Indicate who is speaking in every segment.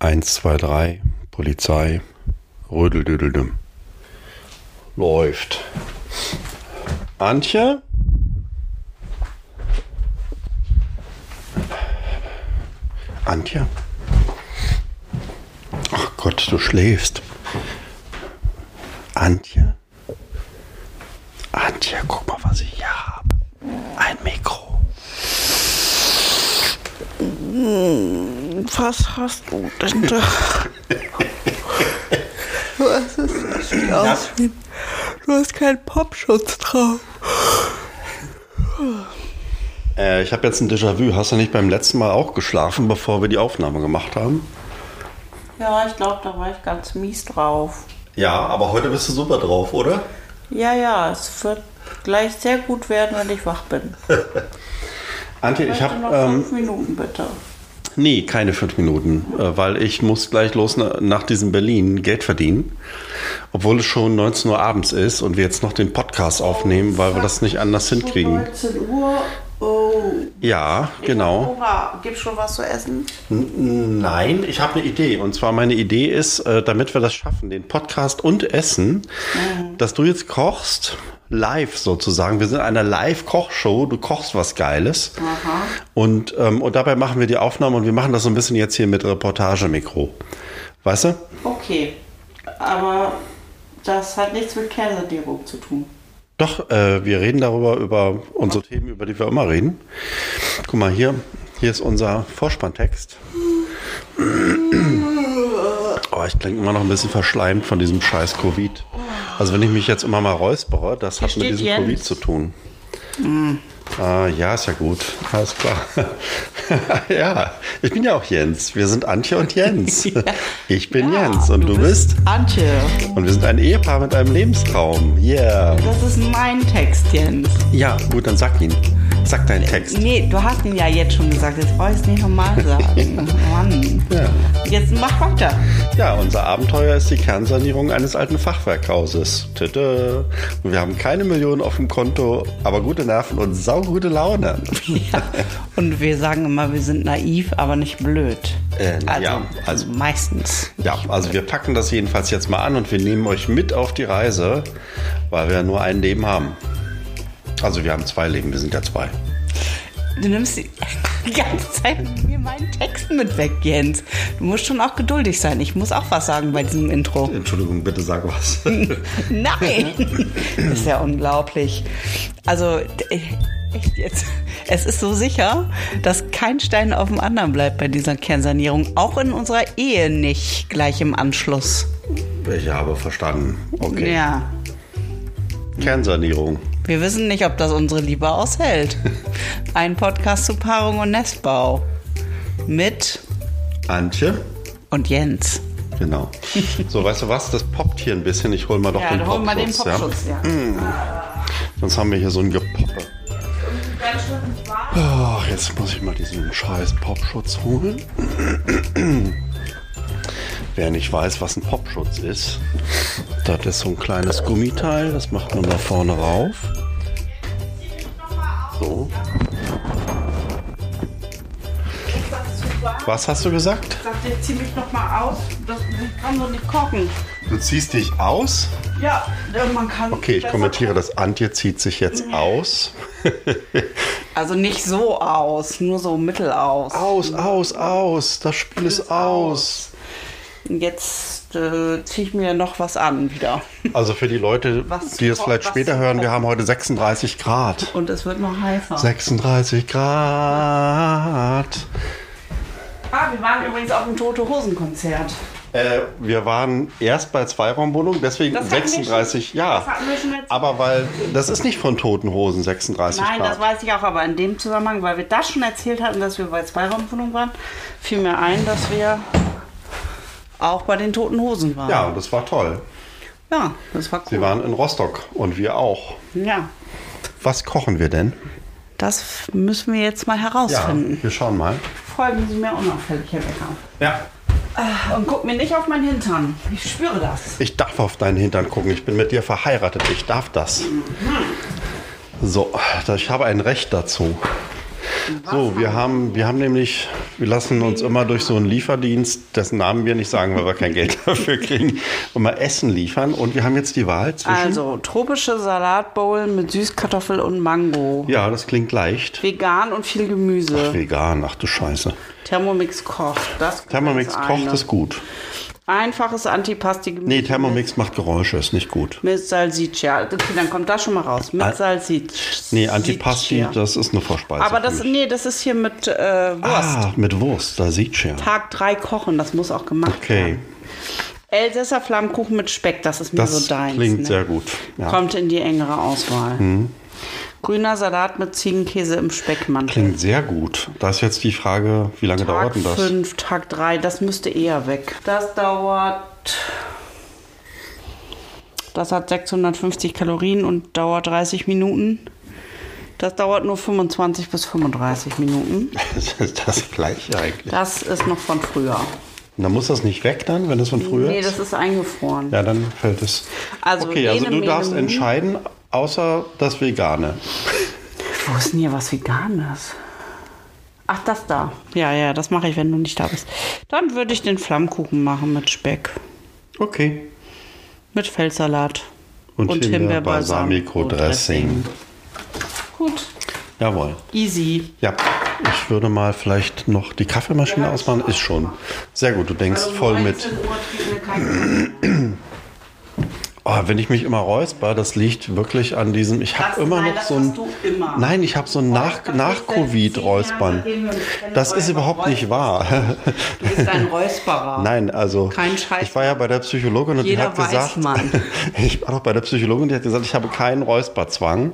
Speaker 1: 123, Polizei, Rödeldödeldüm. Läuft. Antje? Antje? Ach Gott, du schläfst. Antje? Antje, guck mal, was ich hier habe. Ein Mikro.
Speaker 2: Was hast du denn da? Was ist das denn aus? Du hast keinen Popschutz drauf.
Speaker 1: Äh, ich habe jetzt ein Déjà-vu. Hast du nicht beim letzten Mal auch geschlafen, bevor wir die Aufnahme gemacht haben?
Speaker 2: Ja, ich glaube, da war ich ganz mies drauf.
Speaker 1: Ja, aber heute bist du super drauf, oder?
Speaker 2: Ja, ja, es wird gleich sehr gut werden, wenn ich wach bin.
Speaker 1: Antje, ich
Speaker 2: Bitte
Speaker 1: habe
Speaker 2: noch
Speaker 1: ähm,
Speaker 2: fünf Minuten, bitte.
Speaker 1: Nee, keine fünf Minuten, äh, weil ich muss gleich los na- nach diesem Berlin Geld verdienen, obwohl es schon 19 Uhr abends ist und wir jetzt noch den Podcast aufnehmen, weil wir das nicht anders
Speaker 2: Schon
Speaker 1: hinkriegen.
Speaker 2: 19 Uhr. Oh.
Speaker 1: Ja, genau.
Speaker 2: Hurra, gibt's schon was zu essen?
Speaker 1: Nein, ich habe eine Idee. Und zwar meine Idee ist, äh, damit wir das schaffen, den Podcast und Essen, dass du jetzt kochst, live sozusagen. Wir sind in einer Live-Kochshow, du kochst was Geiles. Und, ähm, und dabei machen wir die Aufnahme und wir machen das so ein bisschen jetzt hier mit Reportagemikro. Weißt du?
Speaker 2: Okay, aber das hat nichts mit Käsedirob zu tun.
Speaker 1: Doch, äh, wir reden darüber, über unsere Themen, über die wir immer reden. Guck mal, hier, hier ist unser Vorspanntext. Oh, ich klinge immer noch ein bisschen verschleimt von diesem scheiß Covid. Also wenn ich mich jetzt immer mal räuspere, das hat mit
Speaker 2: steht
Speaker 1: diesem
Speaker 2: Jens.
Speaker 1: Covid zu tun. Ah, ja, ist ja gut. Alles klar. ja, ich bin ja auch Jens. Wir sind Antje und Jens. Ich bin Jens und du, bist.
Speaker 2: Antje.
Speaker 1: Und wir sind ein Ehepaar mit einem Lebenstraum. Yeah.
Speaker 2: Das ist mein Text, Jens.
Speaker 1: Ja, gut, dann sag ihn. Sag deinen Text.
Speaker 2: Nee, du hast ihn ja jetzt schon gesagt. Jetzt brauche ich es nicht nochmal sagen. Mann.
Speaker 1: Ja.
Speaker 2: Jetzt mach weiter.
Speaker 1: ja, unser Abenteuer ist die Kernsanierung eines alten Fachwerkhauses. Tüte. Und wir haben keine Millionen auf dem Konto, aber gute Nerven und saugute Laune.
Speaker 2: Ja. Und wir sagen immer, wir sind naiv, aber nicht blöd.
Speaker 1: Äh,
Speaker 2: also,
Speaker 1: ja, also-
Speaker 2: meistens.
Speaker 1: Ja, also wir packen das jedenfalls jetzt mal an und wir nehmen euch mit auf die Reise, weil wir ja nur ein Leben haben. Also wir haben zwei Leben, wir sind ja zwei.
Speaker 2: Du nimmst die die ganze Zeit mit mir meinen Text mit weg, Jens. Du musst schon auch geduldig sein. Ich muss auch was sagen bei diesem Intro.
Speaker 1: Entschuldigung, bitte sag was.
Speaker 2: Nein! Das ist ja unglaublich. Also, ich- echt jetzt. Es ist so sicher, dass kein Stein auf dem anderen bleibt bei dieser Kernsanierung. Auch in unserer Ehe nicht gleich im Anschluss.
Speaker 1: ich habe verstanden. Okay.
Speaker 2: Ja.
Speaker 1: Kernsanierung.
Speaker 2: Wir wissen nicht, ob das unsere Liebe aushält. Ein Podcast zu Paarung und Nestbau. Mit
Speaker 1: Antje?
Speaker 2: und Jens.
Speaker 1: Genau. So, weißt du was? Das poppt hier ein bisschen. Ich hol mal doch den Popschutz. ja?
Speaker 2: ja.
Speaker 1: Sonst haben wir hier so ein Gepoppe. Ach, jetzt muss ich mal diesen scheiß Popschutz holen. Wer nicht weiß, was ein Popschutz ist, das ist so ein kleines Gummiteil, das macht man da vorne rauf. So. Was hast du gesagt?
Speaker 2: Sagt jetzt zieh mich noch mal aus. Das, ich kann so nicht gucken.
Speaker 1: Du ziehst dich aus?
Speaker 2: Ja, äh, man kann.
Speaker 1: Okay, ich kommentiere das. Antje zieht sich jetzt
Speaker 2: Mhm.
Speaker 1: aus.
Speaker 2: Also nicht so aus, nur so mittel aus.
Speaker 1: Aus, aus, aus. Das Spiel ist aus.
Speaker 2: Jetzt äh, ziehe ich mir noch was an wieder.
Speaker 1: Also für die Leute,
Speaker 2: Was
Speaker 1: die es
Speaker 2: ko-
Speaker 1: vielleicht
Speaker 2: was
Speaker 1: später hören, wir haben heute 36 Grad.
Speaker 2: Und es wird noch heißer.
Speaker 1: 36 Grad.
Speaker 2: Ah, wir waren übrigens auf dem Tote Hosen Konzert.
Speaker 1: Äh, wir waren erst bei Zweiraumwohnung, deswegen
Speaker 2: Das hatten wir
Speaker 1: 36,
Speaker 2: schon-
Speaker 1: ja.
Speaker 2: das hatten wir schon erzählt.
Speaker 1: Aber weil, das ist nicht von Toten Hosen 36
Speaker 2: Nein,
Speaker 1: Grad.
Speaker 2: das weiß ich auch, aber in dem Zusammenhang, weil wir das schon erzählt hatten, dass wir bei Zweiraumwohnung waren, fiel mir ein, dass wir auch bei den Toten Hosen waren.
Speaker 1: ja, und das war toll.
Speaker 2: Ja, das war
Speaker 1: Wir
Speaker 2: cool.
Speaker 1: waren in Rostock und wir auch.
Speaker 2: Ja,
Speaker 1: Was kochen wir denn?
Speaker 2: das f- müssen wir jetzt mal herausfinden.
Speaker 1: wir schauen mal.
Speaker 2: Folgen Sie mir unauffällig, Herr Becker.
Speaker 1: Ja.
Speaker 2: Und guck mir nicht auf meinen Hintern. Ich spüre das.
Speaker 1: Ich darf auf deinen Hintern gucken. Ich bin mit dir verheiratet.
Speaker 2: Hm.
Speaker 1: Ich darf das. So, da- ich habe ein Recht dazu. So, wir haben, wir haben nämlich, wir lassen uns immer durch so einen Lieferdienst, dessen Namen wir nicht sagen, weil wir kein Geld dafür kriegen, immer Essen liefern. Und wir haben jetzt die Wahl zwischen.
Speaker 2: Also, tropische Salatbowl mit Süßkartoffel und Mango.
Speaker 1: Ja, das klingt leicht.
Speaker 2: Vegan und viel Gemüse.
Speaker 1: Vegan, ach du Scheiße.
Speaker 2: Thermomix kocht. Das
Speaker 1: Thermomix
Speaker 2: ist
Speaker 1: kocht
Speaker 2: eine.
Speaker 1: ist gut.
Speaker 2: Einfaches Antipasti-Gemüse.
Speaker 1: Nee, Thermomix macht Geräusche, ist nicht gut.
Speaker 2: Mit Salsiccia. Okay, dann kommt das schon mal raus. Mit
Speaker 1: Al-
Speaker 2: Salsiccia.
Speaker 1: Nee, Antipasti, das ist eine Vorspeise.
Speaker 2: Aber
Speaker 1: für
Speaker 2: das,
Speaker 1: mich.
Speaker 2: nee, das ist hier mit äh, Wurst.
Speaker 1: Ah, mit Wurst, da sieht ja.
Speaker 2: Tag 3 kochen, das muss auch gemacht
Speaker 1: Okay,
Speaker 2: werden. Elsässer Flammkuchen mit Speck, das ist mir
Speaker 1: das
Speaker 2: so deins.
Speaker 1: klingt
Speaker 2: ne?
Speaker 1: sehr gut. Ja. Hm.
Speaker 2: Kommt in die engere Auswahl. Grüner Salat mit Ziegenkäse im Speckmantel.
Speaker 1: Klingt sehr gut. Da ist jetzt die Frage, wie lange
Speaker 2: Tag
Speaker 1: dauert denn das?
Speaker 2: 5, Tag 3, das müsste eher weg. Das dauert. Das hat 650 Kalorien und dauert 30 Minuten. Das dauert nur 25 bis 35 Minuten.
Speaker 1: Das ist das gleiche eigentlich.
Speaker 2: Das ist noch von früher.
Speaker 1: Und dann muss das nicht weg dann, wenn das von früher
Speaker 2: Nee,
Speaker 1: ist?
Speaker 2: das ist eingefroren.
Speaker 1: ja, dann fällt es.
Speaker 2: Also
Speaker 1: okay, also
Speaker 2: jene,
Speaker 1: du
Speaker 2: mene,
Speaker 1: darfst
Speaker 2: mu.
Speaker 1: entscheiden, außer das Vegane.
Speaker 2: Wo ist denn hier was Veganes? Ach, das da. Ja, ja, das mache ich, wenn du nicht da bist. Dann würde ich den Flammkuchen machen mit Speck,
Speaker 1: Okay.
Speaker 2: mit Feldsalat
Speaker 1: Und Himbeer- Balsamico Dressing.
Speaker 2: Gut,
Speaker 1: Jawohl.
Speaker 2: easy.
Speaker 1: Ja, ich würde mal vielleicht noch die Kaffeemaschine ausmachen. Ist schon. Sehr gut, du denkst
Speaker 2: Also um
Speaker 1: voll mit. Oh, wenn ich mich immer räusper, das liegt wirklich an diesem. Ich
Speaker 2: Das-
Speaker 1: habe immer
Speaker 2: nein,
Speaker 1: noch
Speaker 2: das
Speaker 1: so ein.
Speaker 2: hast du immer. Oh,
Speaker 1: Nein, ich habe so ein nach,
Speaker 2: Räuspern
Speaker 1: nach
Speaker 2: bist seit
Speaker 1: Covid
Speaker 2: zehn Jahren,
Speaker 1: räuspern.
Speaker 2: seitdem wir uns kennen,
Speaker 1: Das ist
Speaker 2: räuspern-
Speaker 1: überhaupt nicht
Speaker 2: räuspern.
Speaker 1: wahr.
Speaker 2: Du bist ein Räusperer.
Speaker 1: Nein, also
Speaker 2: Kein Scheiß.
Speaker 1: ich war ja bei der Psychologin und
Speaker 2: Jeder
Speaker 1: die hat
Speaker 2: weiß,
Speaker 1: gesagt,
Speaker 2: Mann.
Speaker 1: ich war doch bei der Psychologin, die hat gesagt, ich habe keinen Räusperzwang,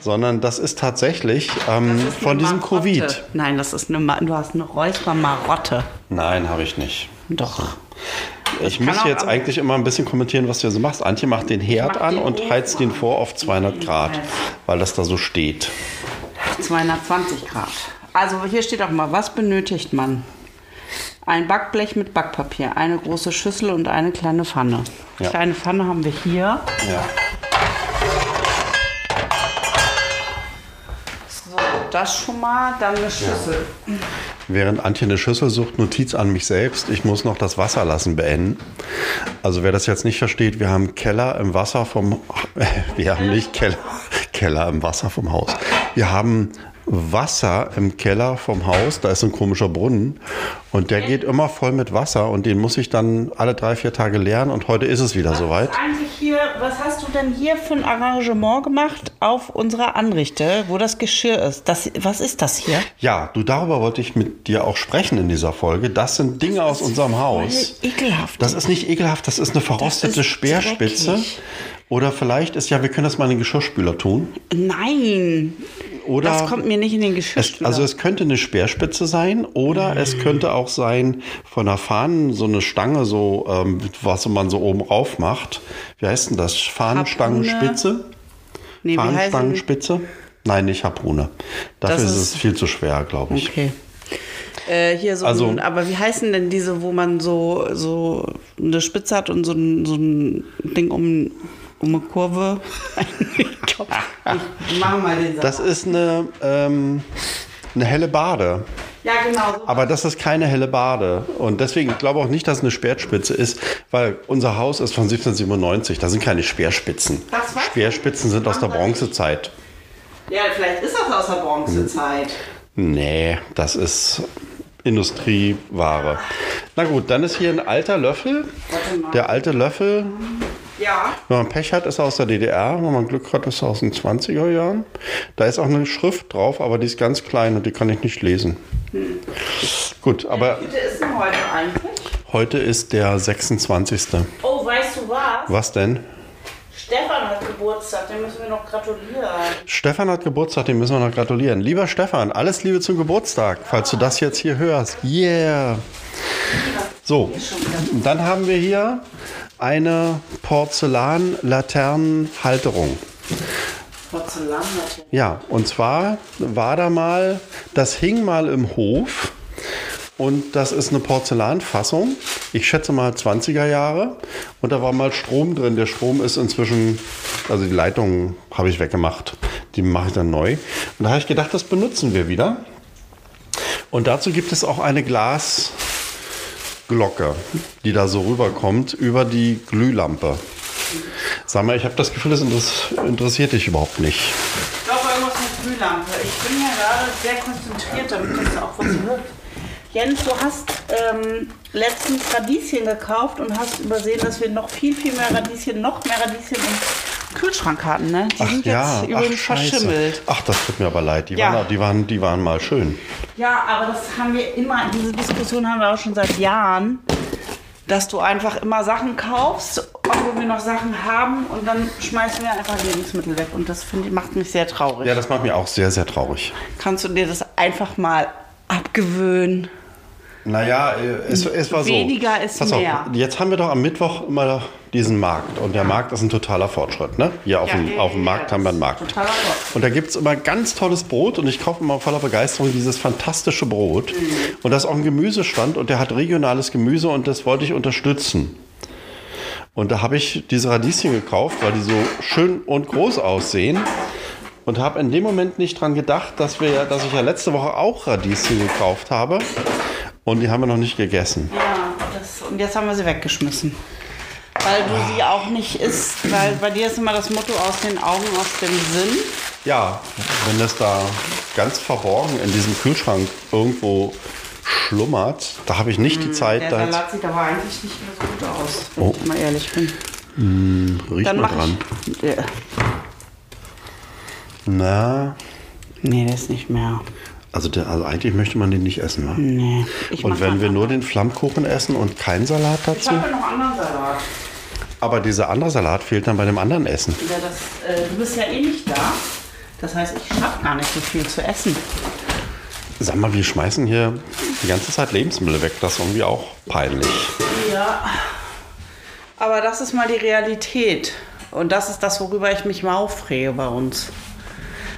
Speaker 1: sondern das ist tatsächlich ähm,
Speaker 2: Das ist eine
Speaker 1: von diesem
Speaker 2: Marotte.
Speaker 1: Covid.
Speaker 2: Nein, das ist eine. Ma du hast eine Räuspermarotte.
Speaker 1: Nein, habe ich nicht.
Speaker 2: Doch.
Speaker 1: Ich muss
Speaker 2: auch
Speaker 1: jetzt
Speaker 2: am-
Speaker 1: eigentlich immer ein bisschen kommentieren, was du so machst. Antje macht den Herd
Speaker 2: mach
Speaker 1: an
Speaker 2: den
Speaker 1: und
Speaker 2: Ofen
Speaker 1: heizt ihn
Speaker 2: an.
Speaker 1: vor auf 200 Grad,
Speaker 2: weiß.
Speaker 1: weil das da so steht.
Speaker 2: 220 Grad. Also hier steht auch mal, was benötigt man? Ein Backblech mit Backpapier, eine große Schüssel und eine kleine Pfanne.
Speaker 1: Ja.
Speaker 2: Kleine Pfanne haben wir hier.
Speaker 1: Ja.
Speaker 2: So, das schon mal, dann eine Schüssel.
Speaker 1: Während Antje eine Schüssel sucht, Notiz an mich selbst, ich muss noch das Wasser lassen beenden. Also wer das jetzt nicht versteht, wir haben Keller im Wasser vom... Wir haben nicht Keller, Keller im Wasser vom Haus. Wir haben Wasser im Keller vom Haus, da ist so ein komischer Brunnen und der geht immer voll mit Wasser und den muss ich dann alle drei, vier Tage leeren und heute ist es wieder soweit.
Speaker 2: Eigentlich hier, was hast du denn hier für ein Arrangement gemacht auf unserer Anrichte, wo das Geschirr ist? Das, was ist das hier?
Speaker 1: Ja, du, darüber wollte ich mit dir auch sprechen in dieser Folge. Das sind Dinge aus unserem Haus.
Speaker 2: Voll ekelhaft.
Speaker 1: Das ist nicht ekelhaft, das ist eine verrostete
Speaker 2: ist
Speaker 1: Speerspitze.
Speaker 2: dreckig.
Speaker 1: Oder vielleicht ist ja, wir können das mal in den Geschirrspüler tun.
Speaker 2: Nein,
Speaker 1: Oder
Speaker 2: das kommt mir nicht in den
Speaker 1: es,
Speaker 2: Geschirrspüler.
Speaker 1: also es könnte eine Speerspitze sein oder es
Speaker 2: Mm.
Speaker 1: könnte auch sein von der Fahne so eine Stange, so ähm, was man so oben rauf macht. Wie heißt denn das? Fahnenstangenspitze?
Speaker 2: nee, wie heißen?
Speaker 1: Fahnenstangenspitze? Nein, nicht Harpune. Dafür
Speaker 2: Das
Speaker 1: ist
Speaker 2: ist-
Speaker 1: es viel zu schwer, glaube ich.
Speaker 2: Okay. Äh, hier so
Speaker 1: Also-
Speaker 2: ein, aber wie heißen denn diese, wo man so, so eine Spitze hat und so ein, so ein Ding um, um eine Kurve? ich glaub, ich mach mal den Satz.
Speaker 1: Das ist eine, ähm, eine helle Bade.
Speaker 2: Ja, genau. So.
Speaker 1: Aber das ist keine helle Bade. Und deswegen, ich glaube auch nicht, dass es eine Speerspitze ist, weil unser Haus ist von 1797. Da sind keine Speerspitzen.
Speaker 2: Das weiß ich.
Speaker 1: Speerspitzen sind aus der Bronzezeit.
Speaker 2: ja, vielleicht ist das aus der Bronzezeit.
Speaker 1: Nee, das ist Industrieware. Na gut, dann ist hier ein alter Löffel.
Speaker 2: Warte mal.
Speaker 1: Der alte Löffel,
Speaker 2: Ja.
Speaker 1: wenn man Pech hat, ist er aus der DDR. Wenn man Glück hat, ist er aus den 20er Jahren. Da ist auch eine Schrift drauf, aber die ist ganz klein und die kann ich nicht lesen.
Speaker 2: Hm.
Speaker 1: Gut, aber
Speaker 2: Wie ist denn heute eigentlich?
Speaker 1: heute ist der 26.
Speaker 2: Oh, weißt du was?
Speaker 1: Was denn?
Speaker 2: Stefan hat Geburtstag, dem müssen wir noch gratulieren.
Speaker 1: Stefan hat Geburtstag, dem müssen wir noch gratulieren. Lieber Stefan, alles Liebe zum Geburtstag, falls du das jetzt hier hörst. Yeah! So, dann haben wir hier eine Porzellanlaternenhalterung.
Speaker 2: Porzellan natürlich.
Speaker 1: Ja, und zwar war da mal, das hing mal im Hof und das ist eine Porzellanfassung. Ich schätze mal 20er Jahre und da war mal Strom drin. Der Strom ist inzwischen, also die Leitung habe ich weggemacht. Die mache ich dann neu. Und da habe ich gedacht, das benutzen wir wieder. Und dazu gibt es auch eine Glasglocke, die da so rüberkommt über die Glühlampe. Sag mal, ich habe das Gefühl, das interessiert dich überhaupt nicht.
Speaker 2: Doch, irgendwas mit Glühlampe. Ich bin ja gerade sehr konzentriert, damit das auch was wird. Jens, du hast ähm, letztens Radieschen gekauft und hast übersehen, dass wir noch viel, viel mehr Radieschen, noch mehr Radieschen im Kühlschrank hatten. Ne? Die
Speaker 1: Ach
Speaker 2: sind
Speaker 1: ja,
Speaker 2: jetzt
Speaker 1: ach,
Speaker 2: übrigens
Speaker 1: scheiße.
Speaker 2: verschimmelt.
Speaker 1: Ach, das tut mir aber leid. Die,
Speaker 2: Ja.
Speaker 1: waren, die, waren, die waren mal schön.
Speaker 2: Ja, aber das haben wir immer, diese Diskussion haben wir auch schon seit Jahren, dass du einfach immer Sachen kaufst, obwohl wir noch Sachen haben und dann schmeißen wir einfach Lebensmittel weg. Und das finde ich, macht mich sehr traurig.
Speaker 1: Ja, das macht mich auch sehr, sehr traurig.
Speaker 2: Kannst du dir das einfach mal abgewöhnen?
Speaker 1: Naja, äh, es, es war so.
Speaker 2: Weniger ist
Speaker 1: Pass auf,
Speaker 2: mehr.
Speaker 1: Jetzt haben wir doch am Mittwoch immer diesen Markt. Und der Markt ist ein totaler Fortschritt. Ne? Hier auf,
Speaker 2: Ja,
Speaker 1: dem,
Speaker 2: ja,
Speaker 1: auf dem
Speaker 2: ja,
Speaker 1: Markt
Speaker 2: das
Speaker 1: haben wir einen
Speaker 2: ist
Speaker 1: Markt.
Speaker 2: totaler Fortschritt.
Speaker 1: Und da gibt es immer ganz tolles Brot. Und ich kaufe immer voller Begeisterung dieses fantastische Brot.
Speaker 2: Mhm.
Speaker 1: Und da ist auch ein Gemüsestand. Und der hat regionales Gemüse. Und das wollte ich unterstützen. Und da habe ich diese Radieschen gekauft, weil die so schön und groß aussehen. Und habe in dem Moment nicht dran gedacht, dass, wir, ja- dass ich ja letzte Woche auch Radieschen gekauft habe. Und die haben wir noch nicht gegessen.
Speaker 2: Ja, das, und jetzt haben wir sie weggeschmissen. Weil du sie auch nicht isst, weil bei dir ist immer das Motto aus den Augen, aus dem Sinn.
Speaker 1: Ja, wenn das da ganz verborgen in diesem Kühlschrank irgendwo schlummert, da habe ich nicht die Zeit,
Speaker 2: Mm, Der
Speaker 1: da jetzt
Speaker 2: Salat sieht aber eigentlich nicht mehr so gut aus, wenn
Speaker 1: Oh.
Speaker 2: ich mal ehrlich bin.
Speaker 1: riecht
Speaker 2: Dann
Speaker 1: mal
Speaker 2: mach
Speaker 1: dran.
Speaker 2: ich. Ja.
Speaker 1: Na,
Speaker 2: Nee, das ist nicht mehr.
Speaker 1: also, der, also eigentlich möchte man den nicht essen, wa?
Speaker 2: Nee. Ich mach
Speaker 1: Und wenn
Speaker 2: mal-
Speaker 1: wir nur den Flammkuchen essen und keinen Salat
Speaker 2: Ich
Speaker 1: dazu,
Speaker 2: habe ja noch anderen Salat.
Speaker 1: aber dieser andere Salat fehlt dann bei dem anderen Essen.
Speaker 2: Ja, das, äh, du bist ja eh nicht da. Das heißt, ich schaffe gar nicht so viel zu essen.
Speaker 1: Sag mal, wir schmeißen hier die ganze Zeit Lebensmittel weg, das ist irgendwie auch peinlich.
Speaker 2: Ja. Aber das ist mal die Realität. Und das ist das, worüber ich mich mal aufrege bei uns.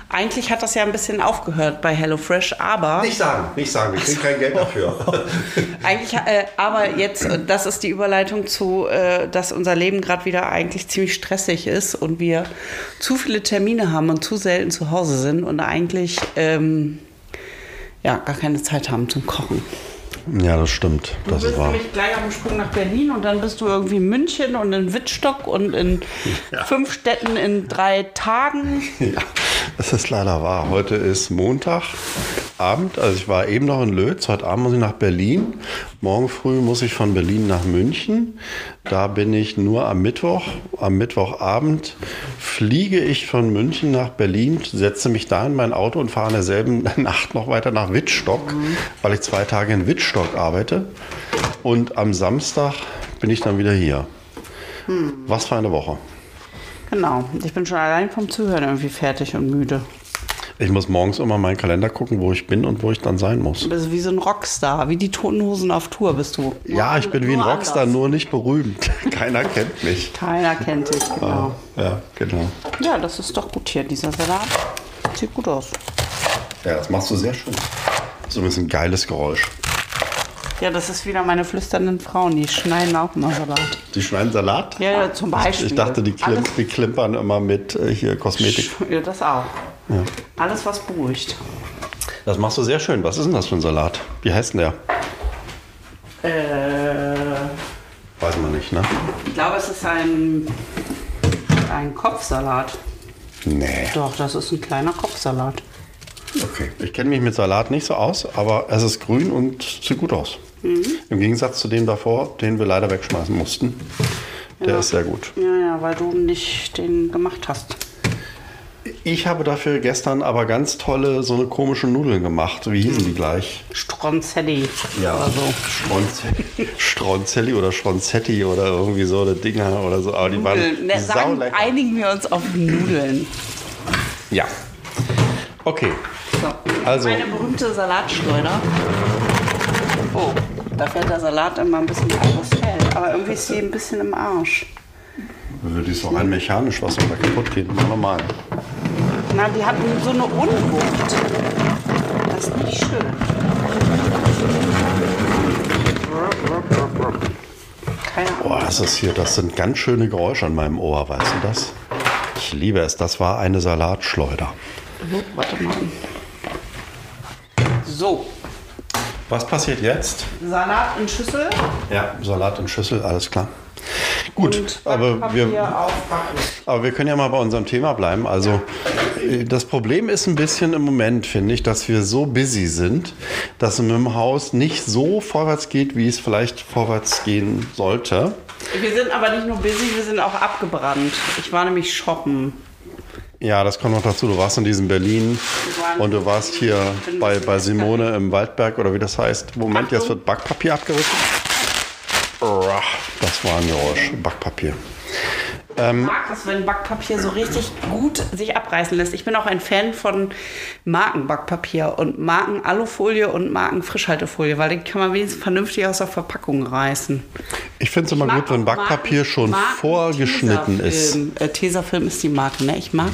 Speaker 2: Eigentlich hat das ja ein bisschen aufgehört bei HelloFresh, aber
Speaker 1: sagen, nicht sagen, ich kriege kein Geld dafür.
Speaker 2: eigentlich, äh, aber jetzt, äh, das ist die Überleitung zu, äh, dass unser Leben gerade wieder eigentlich ziemlich stressig ist und wir zu viele Termine haben und zu selten zu Hause sind und eigentlich ähm, ja gar keine Zeit haben zum Kochen.
Speaker 1: Ja, das stimmt, das
Speaker 2: Du
Speaker 1: ist
Speaker 2: bist
Speaker 1: wahr.
Speaker 2: nämlich gleich auf dem Sprung nach Berlin und dann bist du irgendwie in München und in Wittstock und in fünf Städten in drei Tagen.
Speaker 1: Ja, das ist leider wahr. Heute ist Montagabend. Also ich war eben noch in Lötz. Heute Abend muss ich nach Berlin. Morgen früh muss ich von Berlin nach München. Da bin ich nur am Mittwoch. Am Mittwochabend fliege ich von München nach Berlin, setze mich da in mein Auto und fahre in derselben Nacht noch weiter nach Wittstock, weil ich zwei Tage in Wittstock arbeite. Und am Samstag bin ich dann wieder hier. Was für eine Woche.
Speaker 2: Genau, ich bin schon allein vom Zuhören irgendwie fertig und müde.
Speaker 1: Ich muss morgens immer meinen Kalender gucken, wo ich bin und wo ich dann sein muss.
Speaker 2: Du bist wie so ein Rockstar, wie die Toten Hosen auf Tour bist du.
Speaker 1: Ja, ich bin wie ein
Speaker 2: Nur
Speaker 1: Rockstar,
Speaker 2: anders.
Speaker 1: nur nicht berühmt. Keiner kennt mich.
Speaker 2: Keiner kennt
Speaker 1: Ah.
Speaker 2: dich, genau.
Speaker 1: Ja, genau.
Speaker 2: Ja, das ist doch gut hier, dieser Salat. Sieht gut aus.
Speaker 1: Ja, das machst du sehr schön. So ein bisschen geiles Geräusch.
Speaker 2: Ja, das ist wieder meine flüsternden Frauen, die schneiden auch mal Salat.
Speaker 1: Die schneiden Salat?
Speaker 2: Ja, ja, zum Beispiel.
Speaker 1: Ich dachte, die, klim
Speaker 2: Alles-
Speaker 1: die klimpern immer mit äh, hier Kosmetik.
Speaker 2: Ja, das auch. Alles, was beruhigt.
Speaker 1: Das machst du sehr schön. Was ist denn das für ein Salat? Wie heißt denn der?
Speaker 2: Äh,
Speaker 1: Weiß man nicht, ne?
Speaker 2: ich glaube, es ist ein, ein Kopfsalat.
Speaker 1: Nee.
Speaker 2: Doch, das ist ein kleiner Kopfsalat.
Speaker 1: Okay. Ich kenne mich mit Salat nicht so aus, aber es ist grün und sieht gut aus.
Speaker 2: Mhm.
Speaker 1: Im Gegensatz zu dem davor, den wir leider wegschmeißen mussten. Der ist sehr gut.
Speaker 2: Ja, ja, weil du nicht den gemacht hast.
Speaker 1: Ich habe dafür gestern aber ganz tolle, so eine komische Nudeln gemacht. Wie hießen die gleich?
Speaker 2: Stronzelli oder so.
Speaker 1: Stronzelli, Stronzelli oder Stronzetti oder irgendwie so eine Dinger oder so. Aber die
Speaker 2: Nudeln. Ne,
Speaker 1: waren
Speaker 2: sagen,
Speaker 1: saulecker.
Speaker 2: einigen wir uns auf Nudeln.
Speaker 1: Ja. Okay.
Speaker 2: So.
Speaker 1: Also-
Speaker 2: Meine berühmte Salatschleuder. Oh, da fährt der Salat immer ein bisschen anderes Feld. Aber irgendwie ist sie ein bisschen im Arsch.
Speaker 1: Die ist auch ein mechanisch, was soll da kaputt geht. Normal.
Speaker 2: Na, die hatten so eine Unwucht. Das ist nicht schön. Keine Ahnung.
Speaker 1: Boah, das ist hier, das sind ganz schöne Geräusche an meinem Ohr, weißt du das? Ich liebe es. Das war eine Salatschleuder.
Speaker 2: Warte mal. So,
Speaker 1: Was passiert jetzt?
Speaker 2: Salat in Schüssel.
Speaker 1: Ja, Salat in Schüssel, alles klar. Gut,
Speaker 2: und
Speaker 1: aber
Speaker 2: Backpapier
Speaker 1: wir,
Speaker 2: aufbacken.
Speaker 1: aber wir können ja mal bei unserem Thema bleiben. Also äh, das Problem ist ein bisschen im Moment, finde ich, dass wir so busy sind, dass es mit dem Haus nicht so vorwärts geht, wie es vielleicht vorwärts gehen sollte.
Speaker 2: Wir sind aber nicht nur busy, wir sind auch abgebrannt. Ich war nämlich shoppen.
Speaker 1: Ja, das kommt noch dazu. Du warst in diesem Berlin
Speaker 2: waren-
Speaker 1: und du warst hier
Speaker 2: Bin
Speaker 1: bei,
Speaker 2: bisschen
Speaker 1: bei
Speaker 2: lecker.
Speaker 1: Simone im Waldberg oder wie das heißt. Moment, jetzt
Speaker 2: Achtung.
Speaker 1: wird Backpapier abgerissen. Uah, Das war ein Geräusch, Backpapier.
Speaker 2: Ich mag das, wenn Backpapier so richtig gut sich abreißen lässt. Ich bin auch ein Fan von Markenbackpapier und Marken-Alufolie und Marken-Frischhaltefolie, weil den kann man wenigstens vernünftig aus der Verpackung reißen.
Speaker 1: Ich finde es immer
Speaker 2: mag
Speaker 1: gut, wenn
Speaker 2: auch
Speaker 1: Backpapier
Speaker 2: Marken-
Speaker 1: schon
Speaker 2: Marken-
Speaker 1: vorgeschnitten ist.
Speaker 2: Tesafilm. Äh, Tesafilm ist die Marke, ne? Ich mag.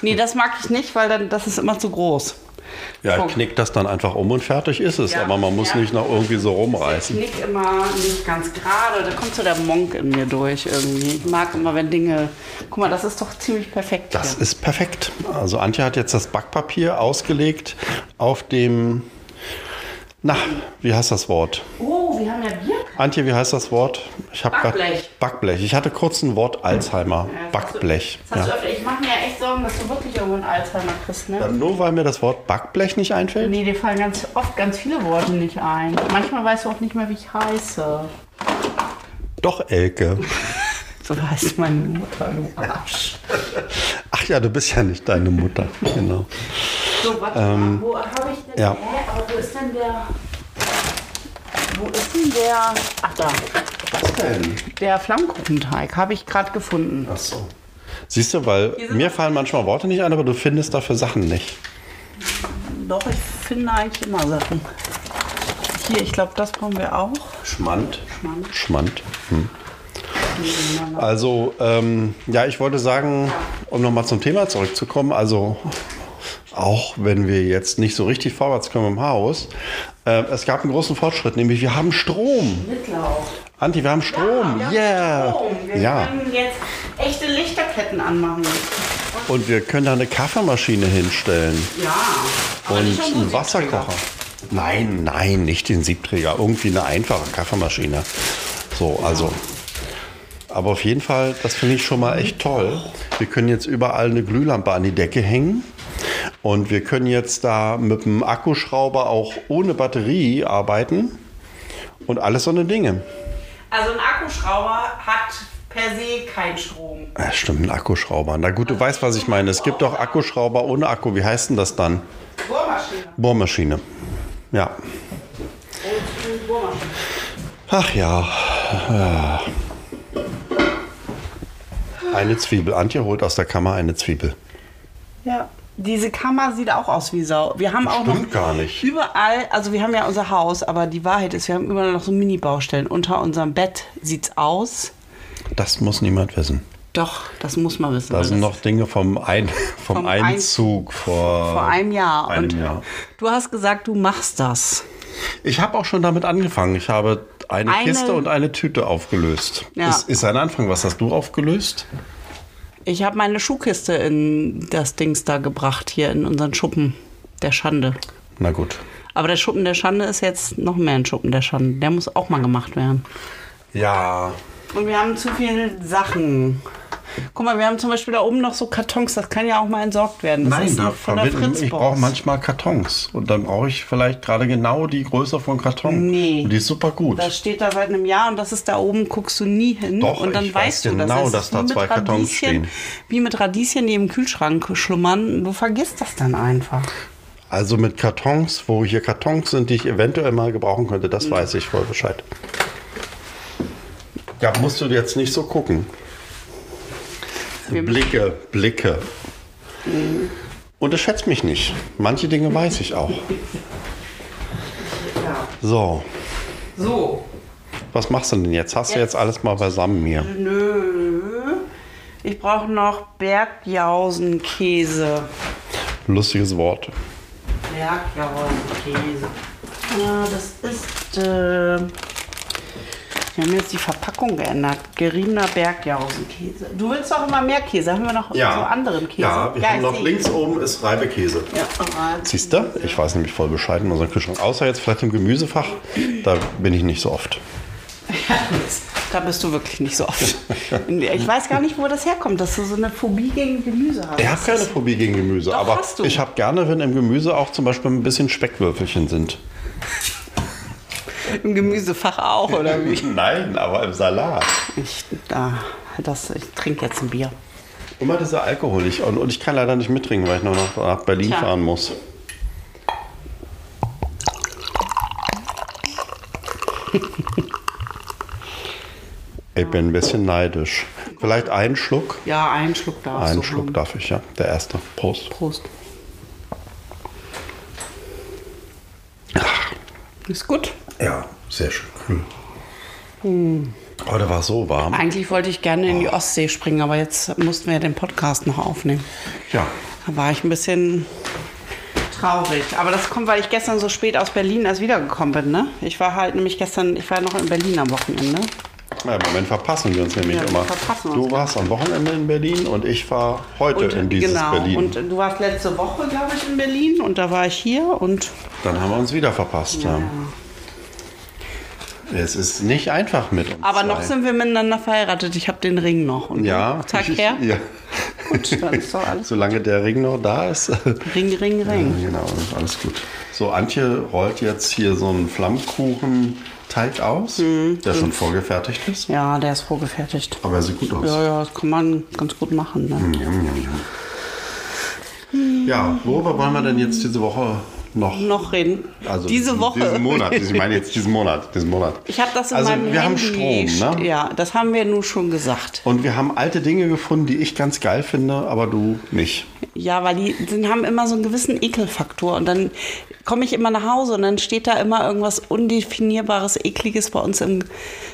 Speaker 2: Nee, das mag ich nicht, weil dann das ist immer zu groß.
Speaker 1: Ja,
Speaker 2: Vor-
Speaker 1: knickt das dann einfach um und fertig ist es.
Speaker 2: Ja,
Speaker 1: Aber man muss
Speaker 2: ja.
Speaker 1: nicht noch irgendwie so rumreißen.
Speaker 2: Knickt immer nicht ganz gerade. Da kommt so der Monk in mir durch irgendwie. Ich mag immer, wenn Dinge. Guck mal, das ist doch ziemlich perfekt.
Speaker 1: Das
Speaker 2: hier.
Speaker 1: ist perfekt. Also Antje hat jetzt das Backpapier ausgelegt auf dem... Na, wie heißt das Wort?
Speaker 2: oh, wir haben ja Bier.
Speaker 1: Antje, wie heißt das Wort? Ich hab grad-
Speaker 2: Backblech.
Speaker 1: Backblech. Ich hatte kurz ein Wort Alzheimer. Backblech.
Speaker 2: Äh, Das hast
Speaker 1: ja.
Speaker 2: du öfter. Ich mache mir echt Sorgen, dass du wirklich irgendwann Alzheimer kriegst, ne?
Speaker 1: Nur weil mir das Wort Backblech nicht einfällt?
Speaker 2: Nee, dir fallen ganz oft ganz viele Worte nicht ein. Manchmal weißt du auch nicht mehr, wie ich heiße.
Speaker 1: Doch, Elke.
Speaker 2: So heißt meine Mutter, du Arsch.
Speaker 1: Ach ja, du bist ja nicht deine Mutter. Genau.
Speaker 2: So, warte mal, wo habe ich denn...
Speaker 1: Ähm, ja.
Speaker 2: Hä, aber wo ist denn der... Wo ist denn der... Ach da,
Speaker 1: Was denn?
Speaker 2: der Flammkuchenteig habe ich gerade gefunden.
Speaker 1: Ach so. Siehst du, weil
Speaker 2: sind-
Speaker 1: mir fallen manchmal Worte nicht ein, aber du findest dafür Sachen nicht.
Speaker 2: Doch, ich finde eigentlich immer Sachen. Hier, ich glaube, das brauchen wir auch.
Speaker 1: Schmand.
Speaker 2: Schmand.
Speaker 1: Schmand. Hm. Also, ähm, ja, ich wollte sagen, um nochmal zum Thema zurückzukommen, also auch wenn wir jetzt nicht so richtig vorwärts kommen im Haus, äh, es gab einen großen Fortschritt, nämlich wir haben Strom.
Speaker 2: Mittlauch.
Speaker 1: Anti, wir haben Strom.
Speaker 2: Ja,
Speaker 1: yeah.
Speaker 2: Strom. Oh, Wir
Speaker 1: Äh, ja.
Speaker 2: können jetzt echte Lichterketten anmachen.
Speaker 1: Und wir können da eine Kaffeemaschine hinstellen
Speaker 2: Ja. Aber
Speaker 1: und
Speaker 2: nicht unsere
Speaker 1: einen
Speaker 2: Siebträger.
Speaker 1: Wasserkocher. Nein, nein, nicht den Siebträger. Irgendwie eine einfache Kaffeemaschine. So, also. Aber auf jeden Fall, das finde ich schon mal echt toll. Wir können jetzt überall eine Glühlampe an die Decke hängen. Und wir können jetzt da mit dem Akkuschrauber auch ohne Batterie arbeiten. Und alles so eine Dinge.
Speaker 2: Also ein Akkuschrauber hat per se keinen Strom.
Speaker 1: Ja, stimmt, ein Akkuschrauber. Na gut, du weißt, was ich meine. Es gibt auch Akkuschrauber ohne Akku. Wie heißt denn das dann?
Speaker 2: Bohrmaschine.
Speaker 1: Bohrmaschine. Ja.
Speaker 2: Und Bohrmaschine.
Speaker 1: Ach ja. Ah. Eine Zwiebel. Antje holt aus der Kammer eine Zwiebel.
Speaker 2: Ja. Diese Kammer sieht auch aus wie Sau. Wir haben auch noch
Speaker 1: Stimmt gar nicht.
Speaker 2: überall, also wir haben ja unser Haus, aber die Wahrheit ist, wir haben überall noch so Mini-Baustellen. Unter unserem Bett sieht's aus.
Speaker 1: Das muss niemand wissen.
Speaker 2: Doch, das muss man wissen.
Speaker 1: Da
Speaker 2: weil
Speaker 1: sind
Speaker 2: das-
Speaker 1: noch Dinge vom, Ein vom,
Speaker 2: Vom Ein-
Speaker 1: Einzug vor,
Speaker 2: vor einem Jahr.
Speaker 1: einem
Speaker 2: und
Speaker 1: Jahr.
Speaker 2: du hast gesagt, du machst das.
Speaker 1: Ich habe auch schon damit angefangen. Ich habe eine,
Speaker 2: Eine-
Speaker 1: Kiste und eine Tüte aufgelöst.
Speaker 2: Ja.
Speaker 1: Ist, ist ein Anfang. Was hast du aufgelöst?
Speaker 2: Ich habe meine Schuhkiste in das Dings da gebracht, hier in unseren Schuppen der Schande.
Speaker 1: Na gut.
Speaker 2: Aber der Schuppen der Schande ist jetzt noch mehr ein Schuppen der Schande. Der muss auch mal gemacht werden.
Speaker 1: Ja,
Speaker 2: Und wir haben zu viele Sachen. Guck mal, wir haben zum Beispiel da oben noch so Kartons. Das kann ja auch mal entsorgt werden. Das
Speaker 1: Nein,
Speaker 2: ist
Speaker 1: da
Speaker 2: noch von der
Speaker 1: verwenden- ich
Speaker 2: Fritzbox.
Speaker 1: brauche manchmal Kartons. Und dann brauche ich vielleicht gerade genau die Größe von Karton.
Speaker 2: Nee.
Speaker 1: Und die ist super gut.
Speaker 2: Das steht da seit einem Jahr und das ist da oben, guckst du nie hin.
Speaker 1: Doch,
Speaker 2: und dann
Speaker 1: ich
Speaker 2: weißt
Speaker 1: weiß
Speaker 2: du,
Speaker 1: genau,
Speaker 2: ist
Speaker 1: dass da
Speaker 2: wie mit
Speaker 1: zwei Kartons
Speaker 2: Radieschen-
Speaker 1: stehen.
Speaker 2: Wie mit Radieschen, die im Kühlschrank schlummern. Du vergisst das dann einfach.
Speaker 1: Also mit Kartons, wo hier Kartons sind, die ich eventuell mal gebrauchen könnte, das
Speaker 2: Mhm.
Speaker 1: weiß ich voll Bescheid. Da musst du jetzt nicht so gucken.
Speaker 2: Wir-
Speaker 1: Blicke, Blicke.
Speaker 2: Mhm.
Speaker 1: Unterschätzt mich nicht. Manche Dinge weiß ich auch. So,
Speaker 2: So,
Speaker 1: was machst du denn jetzt? Hast du jetzt alles mal beisammen hier?
Speaker 2: Nö. Ich brauche noch Bergjausenkäse.
Speaker 1: Lustiges Wort.
Speaker 2: Bergjausenkäse. Ja, das ist äh, ähm, Wir haben jetzt die Verpackung geändert. Geriebener Bergjausenkäse. Du willst doch immer mehr Käse. Haben wir noch
Speaker 1: Ja.
Speaker 2: so anderen Käse?
Speaker 1: Ja, wir haben
Speaker 2: ich
Speaker 1: noch
Speaker 2: seh.
Speaker 1: links oben ist Reibekäse.
Speaker 2: Ja, oh aber-
Speaker 1: Siehst du? Ich weiß nämlich voll Bescheid in unserem Kühlschrank. Außer jetzt vielleicht im Gemüsefach. Da bin ich nicht so oft.
Speaker 2: Da bist du wirklich nicht so oft. Ich weiß gar nicht, wo das herkommt, dass du so eine Phobie gegen Gemüse hast.
Speaker 1: Ich habe keine Phobie gegen Gemüse,
Speaker 2: Doch,
Speaker 1: aber
Speaker 2: hast du.
Speaker 1: ich habe gerne, wenn im Gemüse auch zum Beispiel ein bisschen Speckwürfelchen sind.
Speaker 2: Im Gemüsefach auch, oder wie?
Speaker 1: Nein, aber im Salat.
Speaker 2: Ich, da, das, ich trinke jetzt ein Bier.
Speaker 1: Immer dieser Alkohol. Ich, und, und ich kann leider nicht mittrinken, weil ich noch nach, nach Berlin
Speaker 2: Tja.
Speaker 1: fahren muss. Ich bin ein bisschen neidisch. Vielleicht einen Schluck.
Speaker 2: Ja, einen Schluck darfst
Speaker 1: Einen
Speaker 2: du
Speaker 1: Schluck
Speaker 2: haben.
Speaker 1: darf ich, ja. Der erste. Prost.
Speaker 2: Prost. Ist gut.
Speaker 1: Ja, sehr schön. Cool. Heute war es so warm.
Speaker 2: Eigentlich wollte ich gerne in die
Speaker 1: Ah.
Speaker 2: Ostsee springen, aber jetzt mussten wir ja den Podcast noch aufnehmen.
Speaker 1: Ja.
Speaker 2: Da war ich ein bisschen traurig. Aber das kommt, weil ich gestern so spät aus Berlin erst wiedergekommen bin, ne? Ich war halt nämlich gestern, ich war noch in Berlin am Wochenende.
Speaker 1: Na, Im Moment verpassen wir uns nämlich
Speaker 2: Ja,
Speaker 1: immer.
Speaker 2: verpassen wir
Speaker 1: Du
Speaker 2: uns.
Speaker 1: warst am Wochenende in Berlin und ich war heute in dieses
Speaker 2: genau.
Speaker 1: Berlin.
Speaker 2: Und du warst letzte Woche, glaube ich, in Berlin und da war ich hier und
Speaker 1: Dann haben wir uns wieder verpasst. Ja. Es ist nicht einfach mit uns.
Speaker 2: aber
Speaker 1: zwei.
Speaker 2: noch sind wir miteinander verheiratet. Ich habe den Ring noch. Und
Speaker 1: ja.
Speaker 2: Tag her.
Speaker 1: Ja.
Speaker 2: Gut, dann ist doch alles.
Speaker 1: Solange der Ring noch da ist.
Speaker 2: Ring, Ring, Ring.
Speaker 1: genau, alles gut. So, Antje rollt jetzt hier so einen Flammkuchenteig aus,
Speaker 2: Hm.
Speaker 1: der schon vorgefertigt ist.
Speaker 2: Ja, der ist vorgefertigt.
Speaker 1: Aber er sieht gut aus.
Speaker 2: Ja, ja, das kann man ganz gut machen. Ne?
Speaker 1: Oh. Mm, Yum, yum, yum. Ja, worüber wollen wir denn jetzt diese Woche noch?
Speaker 2: Noch reden.
Speaker 1: Also
Speaker 2: Diese Woche.
Speaker 1: Diesen Monat. Ich meine jetzt diesen Monat. Diesen Monat.
Speaker 2: Ich habe das in
Speaker 1: also
Speaker 2: meinem
Speaker 1: wir haben
Speaker 2: Handy
Speaker 1: Strom,
Speaker 2: st-
Speaker 1: ne?
Speaker 2: Ja, das haben wir nun schon gesagt.
Speaker 1: Und wir haben alte Dinge gefunden, die ich ganz geil finde, aber du nicht.
Speaker 2: Ja, weil die, die haben immer so einen gewissen Ekelfaktor. Und dann komme ich immer nach Hause und dann steht da immer irgendwas undefinierbares, ekliges bei uns im,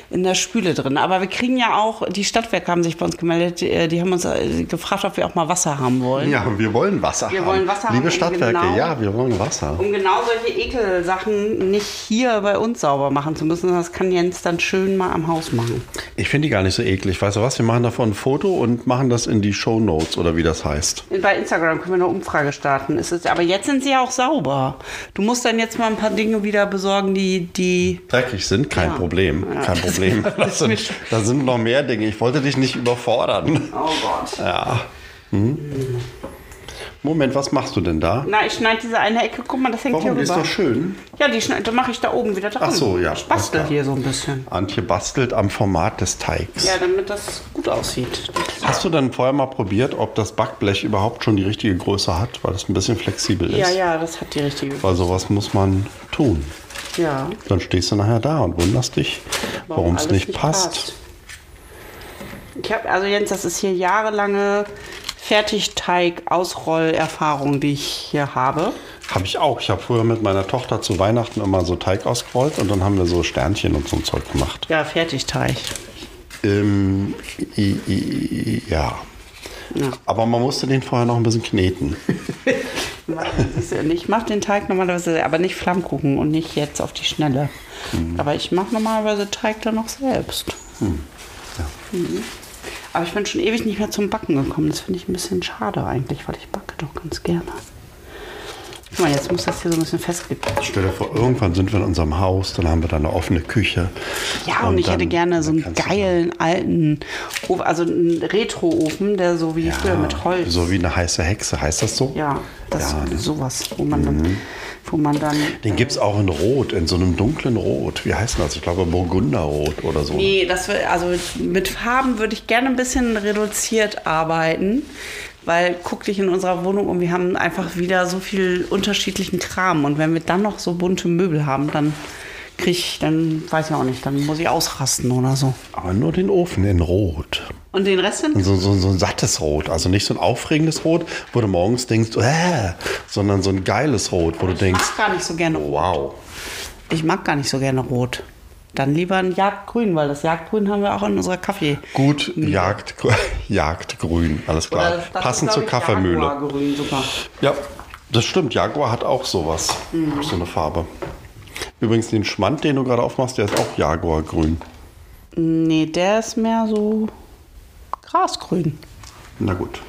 Speaker 2: in der Spüle drin. Aber wir kriegen ja auch, die Stadtwerke haben sich bei uns gemeldet, die, die haben uns äh, gefragt, ob wir auch mal Wasser haben wollen.
Speaker 1: Ja, wir wollen Wasser
Speaker 2: Wir
Speaker 1: haben.
Speaker 2: wollen Wasser
Speaker 1: Liebe
Speaker 2: haben,
Speaker 1: Stadtwerke,
Speaker 2: genau.
Speaker 1: ja, wir wollen Wasser.
Speaker 2: Um genau solche Ekelsachen nicht hier bei uns sauber machen zu müssen, das kann Jens dann schön mal am Haus machen.
Speaker 1: Ich finde die gar nicht so eklig. Weißt du was? Wir machen davon ein Foto und machen das in die Show Notes oder wie das heißt.
Speaker 2: Bei Instagram können wir eine Umfrage starten. Es ist, aber jetzt sind sie ja auch sauber. Du musst dann jetzt mal ein paar Dinge wieder besorgen, die, die
Speaker 1: Dreckig sind, kein
Speaker 2: Ja.
Speaker 1: Problem.
Speaker 2: Ja.
Speaker 1: Kein Problem. Das sind, da sind noch mehr Dinge. Ich wollte dich nicht überfordern.
Speaker 2: Oh Gott.
Speaker 1: Ja. Hm. Moment, was machst du denn da?
Speaker 2: Na, ich schneide diese eine Ecke. Guck mal, das hängt
Speaker 1: Warum? Die
Speaker 2: hier
Speaker 1: ist
Speaker 2: rüber.
Speaker 1: doch schön.
Speaker 2: ja, die schneide, mache ich da oben wieder dran.
Speaker 1: Ach so, ja.
Speaker 2: Ich bastel
Speaker 1: Alles klar.
Speaker 2: hier so ein bisschen.
Speaker 1: Antje bastelt am Format des Teigs.
Speaker 2: Ja, damit das gut aussieht.
Speaker 1: Hast du dann vorher mal probiert, ob das Backblech überhaupt schon die richtige Größe hat, weil das ein bisschen flexibel ist?
Speaker 2: Ja, ja, das hat die richtige.
Speaker 1: Weil sowas muss man tun.
Speaker 2: Ja.
Speaker 1: Dann stehst du nachher da und wunderst dich, warum es
Speaker 2: alles
Speaker 1: nicht passt.
Speaker 2: Ich habe, also Jens, das ist hier jahrelange Fertigteig-Ausroll-Erfahrung, die ich hier habe.
Speaker 1: Habe ich auch. Ich habe früher mit meiner Tochter zu Weihnachten immer so Teig ausgerollt und dann haben wir so Sternchen und so ein Zeug gemacht.
Speaker 2: Ja, Fertigteig.
Speaker 1: Ähm, i, i, i, ja.
Speaker 2: Ja.
Speaker 1: Aber man musste den vorher noch ein bisschen kneten.
Speaker 2: Siehst du, Ich mache den Teig normalerweise, aber nicht Flammkuchen und nicht jetzt auf die Schnelle.
Speaker 1: Mhm.
Speaker 2: Aber ich mache normalerweise Teig dann noch selbst.
Speaker 1: Hm,
Speaker 2: Mhm. Aber ich bin schon ewig nicht mehr zum Backen gekommen. Das finde ich ein bisschen schade eigentlich, weil ich backe doch ganz gerne. Guck mal, jetzt muss das hier so ein bisschen festgequetscht.
Speaker 1: Stell dir vor, irgendwann sind wir in unserem Haus, dann haben wir da eine offene Küche.
Speaker 2: Ja, und, ich
Speaker 1: dann-
Speaker 2: hätte gerne so
Speaker 1: dann
Speaker 2: einen
Speaker 1: kannst du-
Speaker 2: geilen alten Ofen, also einen Retro-Ofen, der so wie früher mit Holz.
Speaker 1: So wie eine heiße Hexe, heißt das so?
Speaker 2: Ja, das
Speaker 1: Ja, ne? Mhm.
Speaker 2: sowas, wo man dann, wo man dann.
Speaker 1: Den gibt es auch in Rot, in so einem dunklen Rot. Wie heißt denn das? Ich glaube Burgunderrot oder so.
Speaker 2: Nee, das wär- also mit Farben würde ich gerne ein bisschen reduziert arbeiten, weil guck dich in unserer Wohnung um, wir haben einfach wieder so viel unterschiedlichen Kram und wenn wir dann noch so bunte Möbel haben, dann krieg ich, dann weiß ich auch nicht, dann muss ich ausrasten oder so.
Speaker 1: Aber nur den Ofen in Rot.
Speaker 2: Und den Rest
Speaker 1: Und
Speaker 2: sind
Speaker 1: So, so, so ein sattes Rot. Also nicht so ein aufregendes Rot, wo du morgens denkst, äh, sondern so ein geiles Rot, wo du
Speaker 2: ich
Speaker 1: denkst,
Speaker 2: mag gar nicht so gerne.
Speaker 1: wow.
Speaker 2: Ich mag gar nicht so gerne rot. Dann lieber ein Jagdgrün, weil das Jagdgrün haben wir auch in unserer Kaffee.
Speaker 1: Gut, Jagd, Jagdgrün, alles klar.
Speaker 2: Hm. Oder das
Speaker 1: Passend
Speaker 2: ist,
Speaker 1: zur
Speaker 2: glaub ich,
Speaker 1: Kaffeemühle.
Speaker 2: Jaguargrün sogar.
Speaker 1: Ja, das stimmt. Jaguar hat auch sowas.
Speaker 2: Mhm.
Speaker 1: So eine Farbe. Übrigens, den Schmand, den du gerade aufmachst, der ist auch Jaguargrün.
Speaker 2: Nee, der ist mehr so grasgrün.
Speaker 1: Na gut.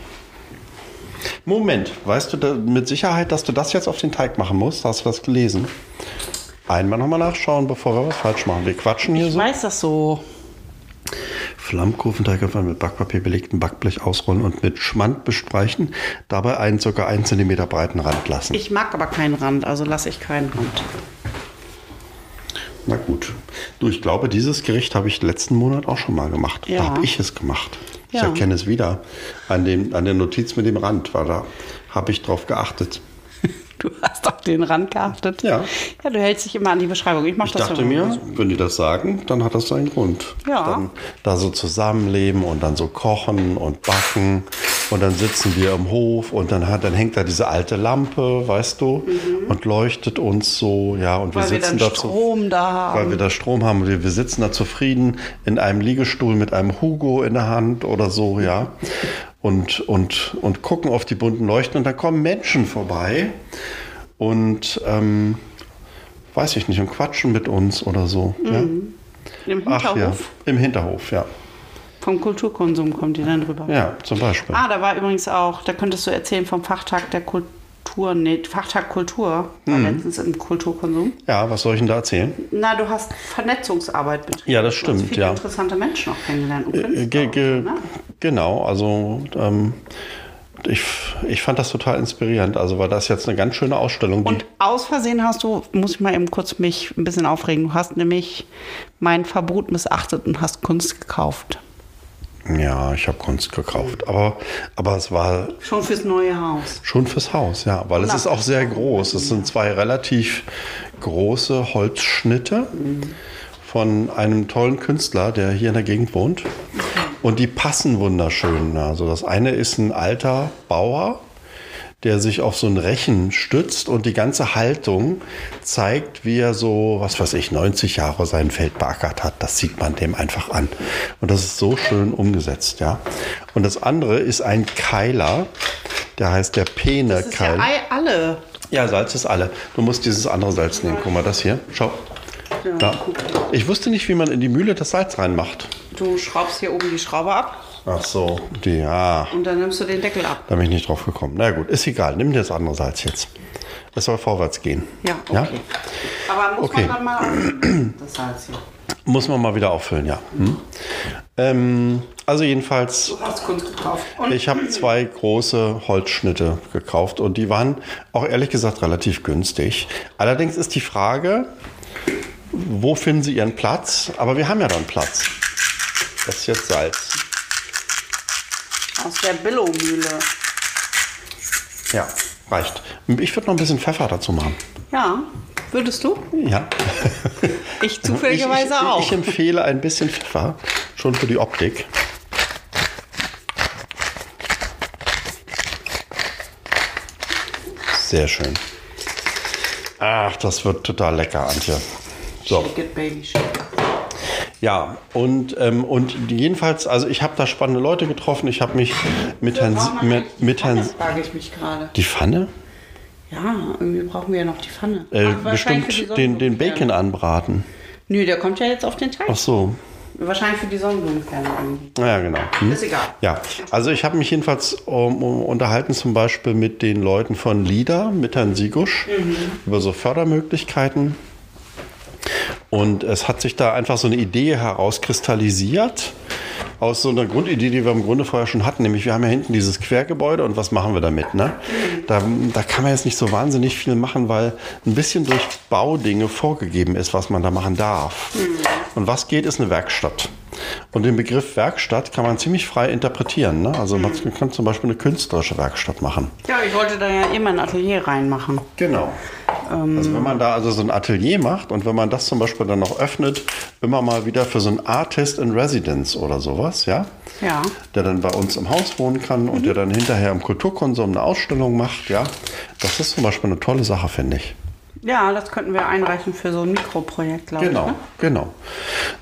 Speaker 1: Moment, weißt du da, mit Sicherheit, dass du das jetzt auf den Teig machen musst? Hast du das gelesen? Einmal nochmal nachschauen, bevor wir was falsch machen. Wir quatschen hier
Speaker 2: Ich
Speaker 1: so.
Speaker 2: weiß das so.
Speaker 1: Flammkuchenteig einfach mit Backpapier belegten Backblech ausrollen und mit Schmand bestreichen. Dabei einen ca. 1 cm breiten Rand lassen.
Speaker 2: Ich mag aber keinen Rand, also lasse ich keinen Rand.
Speaker 1: Na gut. Du, ich glaube, dieses Gericht habe ich letzten Monat auch schon mal gemacht.
Speaker 2: Ja.
Speaker 1: Da habe ich es gemacht. Ich
Speaker 2: Ja.
Speaker 1: erkenne es wieder. An, dem, an der Notiz mit dem Rand war da. Habe ich drauf geachtet.
Speaker 2: Du hast auf den Rand geachtet.
Speaker 1: Ja.
Speaker 2: Ja, du hältst dich immer an die Beschreibung. Ich mach
Speaker 1: Ich
Speaker 2: das
Speaker 1: dachte
Speaker 2: so.
Speaker 1: mir, wenn die das sagen, dann hat das seinen Grund.
Speaker 2: Ja.
Speaker 1: Dann da so zusammenleben und dann so kochen und backen und dann sitzen wir im Hof und dann, hat, dann hängt da diese alte Lampe, weißt du, und leuchtet uns so, ja, und wir
Speaker 2: Mhm. Weil wir
Speaker 1: sitzen
Speaker 2: dann
Speaker 1: da zu-
Speaker 2: Strom da
Speaker 1: Weil
Speaker 2: haben.
Speaker 1: wir da Strom haben und wir, wir sitzen da zufrieden in einem Liegestuhl mit einem Hugo in der Hand oder so, ja. Und, und, und gucken auf die bunten Leuchten und dann kommen Menschen vorbei und ähm, weiß ich nicht, und quatschen mit uns oder so.
Speaker 2: Im
Speaker 1: Ja? Ach ja,
Speaker 2: Mhm. Hinterhof
Speaker 1: im Hinterhof, ja.
Speaker 2: vom Kulturkonsum kommt die dann rüber.
Speaker 1: Ja, zum Beispiel.
Speaker 2: Ah, da war übrigens auch, da könntest du erzählen vom Fachtag der Kultur, nee, Fachtag Kultur, war
Speaker 1: Mhm.
Speaker 2: letztens im Kulturkonsum.
Speaker 1: Ja, was soll ich denn da erzählen?
Speaker 2: Na, du hast Vernetzungsarbeit betrieben.
Speaker 1: Ja, das
Speaker 2: Du hast
Speaker 1: stimmt,
Speaker 2: viele
Speaker 1: ja.
Speaker 2: interessante Menschen auch kennengelernt. und
Speaker 1: Äh,
Speaker 2: Künstler
Speaker 1: ge,
Speaker 2: und
Speaker 1: ge,
Speaker 2: so, ne?
Speaker 1: Genau, also ähm, ich, ich fand das total inspirierend. Also war das jetzt eine ganz schöne Ausstellung. die-
Speaker 2: Und aus Versehen hast du, muss ich mal eben kurz mich ein bisschen aufregen, du hast nämlich mein Verbot missachtet und hast Kunst gekauft.
Speaker 1: Ja, ich habe Kunst gekauft. Aber, aber es war
Speaker 2: Schon fürs neue Haus.
Speaker 1: schon fürs Haus, ja. Weil es ist auch sehr groß. Es sind zwei relativ große Holzschnitte von einem tollen Künstler, der hier in der Gegend wohnt. Und die passen wunderschön. Also das eine ist ein alter Bauer, der sich auf so einen Rechen stützt und die ganze Haltung zeigt, wie er so, was weiß ich, 90 Jahre sein Feld beackert hat. Das sieht man dem einfach an. Und das ist so schön umgesetzt, ja. Und das andere ist ein Keiler, der heißt der
Speaker 2: Das ist ja
Speaker 1: Pene-Keil.
Speaker 2: ei- alle.
Speaker 1: Ja, Salz ist alle. Du musst dieses andere Salz nehmen. Guck mal, das hier. Schau. Da. Ich wusste nicht, wie man in die Mühle das Salz reinmacht.
Speaker 2: Du schraubst hier oben die Schraube ab
Speaker 1: Ach so. Ja.
Speaker 2: und dann nimmst du den Deckel ab.
Speaker 1: Da bin ich nicht drauf gekommen. Na gut, ist egal. Nimm dir das andere Salz jetzt. Es soll vorwärts gehen.
Speaker 2: Ja, okay. Aber muss
Speaker 1: Okay.
Speaker 2: man dann mal das Salz hier.
Speaker 1: Muss man mal wieder auffüllen, ja. Hm. Ähm, also jedenfalls,
Speaker 2: Du hast Kunst gekauft. Und
Speaker 1: ich habe zwei große Holzschnitte gekauft und die waren auch ehrlich gesagt relativ günstig. Allerdings ist die Frage, wo finden sie ihren Platz? Aber wir haben ja dann Platz. Das ist jetzt Salz.
Speaker 2: aus der Billow-Mühle.
Speaker 1: Ja, reicht. Ich würde noch ein bisschen Pfeffer dazu machen.
Speaker 2: Ja, würdest du?
Speaker 1: Ja.
Speaker 2: Ich zufälligerweise
Speaker 1: ich, ich,
Speaker 2: auch.
Speaker 1: Ich empfehle ein bisschen Pfeffer, schon für die Optik. Sehr schön. Ach, das wird total lecker, Antje. So.
Speaker 2: Shake it, baby, shake it.
Speaker 1: Ja, und, ähm, und jedenfalls, also ich habe da spannende Leute getroffen. Ich habe mich mit Herrn,
Speaker 2: Braucht
Speaker 1: Sie-
Speaker 2: man
Speaker 1: mit,
Speaker 2: eigentlich die
Speaker 1: mit Herrn.
Speaker 2: Pfanne, frage ich mich gerade.
Speaker 1: Die Pfanne?
Speaker 2: Ja, irgendwie brauchen wir ja noch die Pfanne.
Speaker 1: Äh,
Speaker 2: Ach, wahrscheinlich für die
Speaker 1: bestimmt den, den
Speaker 2: Sonnenblumenkerne.
Speaker 1: Bacon anbraten.
Speaker 2: Nö, der kommt ja jetzt auf den Teig.
Speaker 1: Ach so,
Speaker 2: Wahrscheinlich für die Sonnenblumenkerne. irgendwie.
Speaker 1: Ja, genau. Hm?
Speaker 2: Ist egal.
Speaker 1: Ja, also ich habe mich jedenfalls ähm, um, unterhalten zum Beispiel mit den Leuten von LIDA, mit Herrn Sigusch,
Speaker 2: Mhm.
Speaker 1: über so Fördermöglichkeiten. Und es hat sich da einfach so eine Idee herauskristallisiert aus so einer Grundidee, die wir im Grunde vorher schon hatten. Nämlich, wir haben ja hinten dieses Quergebäude und was machen wir damit? Ne? Da, da kann man jetzt nicht so wahnsinnig viel machen, weil ein bisschen durch Baudinge vorgegeben ist, was man da machen darf. Und was geht, ist eine Werkstatt. Und den Begriff Werkstatt kann man ziemlich frei interpretieren. Ne? Also man kann zum Beispiel eine künstlerische Werkstatt machen.
Speaker 2: Ja, ich wollte da ja immer ein Atelier reinmachen.
Speaker 1: Genau. Also wenn man da also so ein Atelier macht und wenn man das zum Beispiel dann noch öffnet, immer mal wieder für so einen Artist in Residence oder sowas, ja,
Speaker 2: Ja.
Speaker 1: der dann bei uns im Haus wohnen kann und der dann hinterher im Kulturkonsum eine Ausstellung macht, ja, das ist zum Beispiel eine tolle Sache, finde ich.
Speaker 2: Ja, das könnten wir einreichen für so ein Mikroprojekt, glaube
Speaker 1: Genau,
Speaker 2: ich. Ne?
Speaker 1: genau.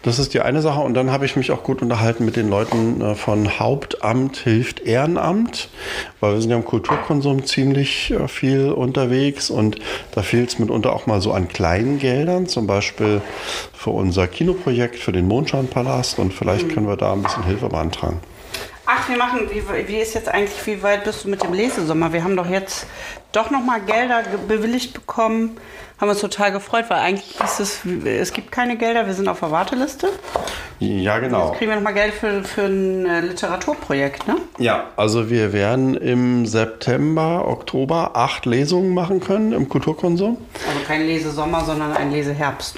Speaker 1: Das ist die eine Sache. Und dann habe ich mich auch gut unterhalten mit den Leuten äh, von Hauptamt hilft Ehrenamt, weil wir sind ja im Kulturkonsum ziemlich äh, viel unterwegs und da fehlt es mitunter auch mal so an kleinen Geldern, zum Beispiel für unser Kinoprojekt, für den Mondscheinpalast und vielleicht können wir da ein bisschen Hilfe beantragen.
Speaker 2: Ach, wir machen, wie, wie ist jetzt eigentlich, wie weit bist du mit dem Lesesommer? Wir haben doch jetzt doch nochmal Gelder ge- bewilligt bekommen. Haben uns total gefreut, weil eigentlich ist es, es gibt keine Gelder, wir sind auf der Warteliste.
Speaker 1: Ja, genau.
Speaker 2: Jetzt kriegen wir nochmal Geld für, für ein äh, Literaturprojekt, ne?
Speaker 1: Ja, also wir werden im September, Oktober acht Lesungen machen können im Kulturkonsum.
Speaker 2: Also kein Lesesommer, sondern ein Leseherbst.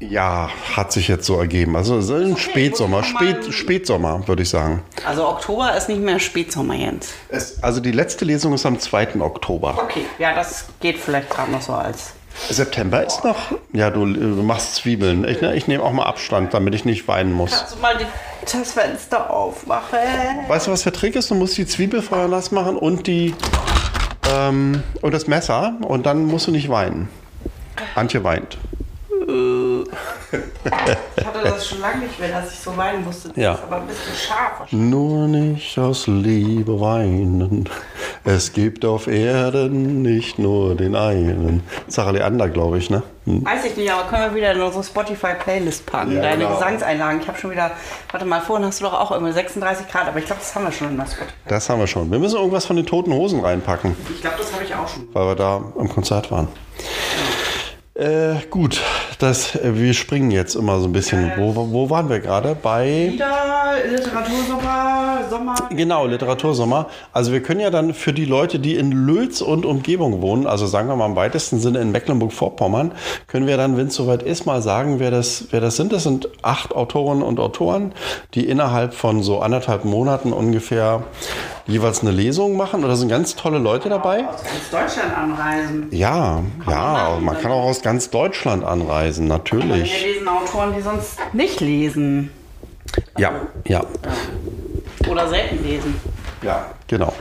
Speaker 1: Ja, hat sich jetzt so ergeben. Also es ist ein Spätsommer,
Speaker 2: muss ich noch mal-
Speaker 1: Spät, Spätsommer, würde ich sagen.
Speaker 2: Also Oktober ist nicht mehr Spätsommer, Jens.
Speaker 1: Es, also die letzte Lesung ist am 2. Oktober.
Speaker 2: Okay, ja, das geht vielleicht gerade noch so als.
Speaker 1: September ist noch. Ja, du, äh, du machst Zwiebeln. Ich, ne, ich nehme auch mal Abstand, damit ich nicht weinen muss.
Speaker 2: Kannst du mal die, das Fenster aufmachen?
Speaker 1: Weißt du, was der Trick ist? Du musst die Zwiebel vorher nass machen und die ähm, und das Messer und dann musst du nicht weinen. Antje weint.
Speaker 2: Ich hatte das schon lange nicht mehr, dass ich so weinen musste. Das
Speaker 1: Ja.
Speaker 2: ist aber ein bisschen scharf.
Speaker 1: Nur nicht aus Liebe weinen. Es gibt auf Erden nicht nur den einen. Sarah Leander, glaube ich, ne? Hm.
Speaker 2: Weiß ich nicht, aber können wir wieder in unsere Spotify-Playlist packen,
Speaker 1: Ja,
Speaker 2: deine
Speaker 1: genau.
Speaker 2: Gesangseinlagen. Ich habe schon wieder, warte mal, vorhin hast du doch auch irgendwie 36 Grad, aber ich glaube, das haben wir schon in der Spotify.
Speaker 1: Das haben wir schon. Wir müssen irgendwas von den toten Hosen reinpacken,
Speaker 2: Ich glaube, das habe ich auch schon.
Speaker 1: weil wir da am Konzert waren. Äh, gut, das, äh, wir springen jetzt immer so ein bisschen. Wo, wo waren wir gerade? Bei.
Speaker 2: Wieder Literatursommer, Sommer.
Speaker 1: Genau, Literatursommer. Also wir können ja dann für die Leute, die in Lötz und Umgebung wohnen, also sagen wir mal im weitesten Sinne in Mecklenburg-Vorpommern, können wir dann, wenn es soweit ist, mal sagen, wer das, wer das sind. Das sind acht Autorinnen und Autoren, die innerhalb von so anderthalb Monaten ungefähr jeweils eine Lesung machen. Und da sind ganz tolle Leute dabei.
Speaker 2: Aus ganz Deutschland anreisen.
Speaker 1: Ja, ja, man kann auch aus ganz Deutschland anreisen,
Speaker 2: Wir
Speaker 1: natürlich.
Speaker 2: lesen Autoren, die sonst nicht lesen
Speaker 1: Ja, ja.
Speaker 2: oder selten lesen.
Speaker 1: Ja, genau.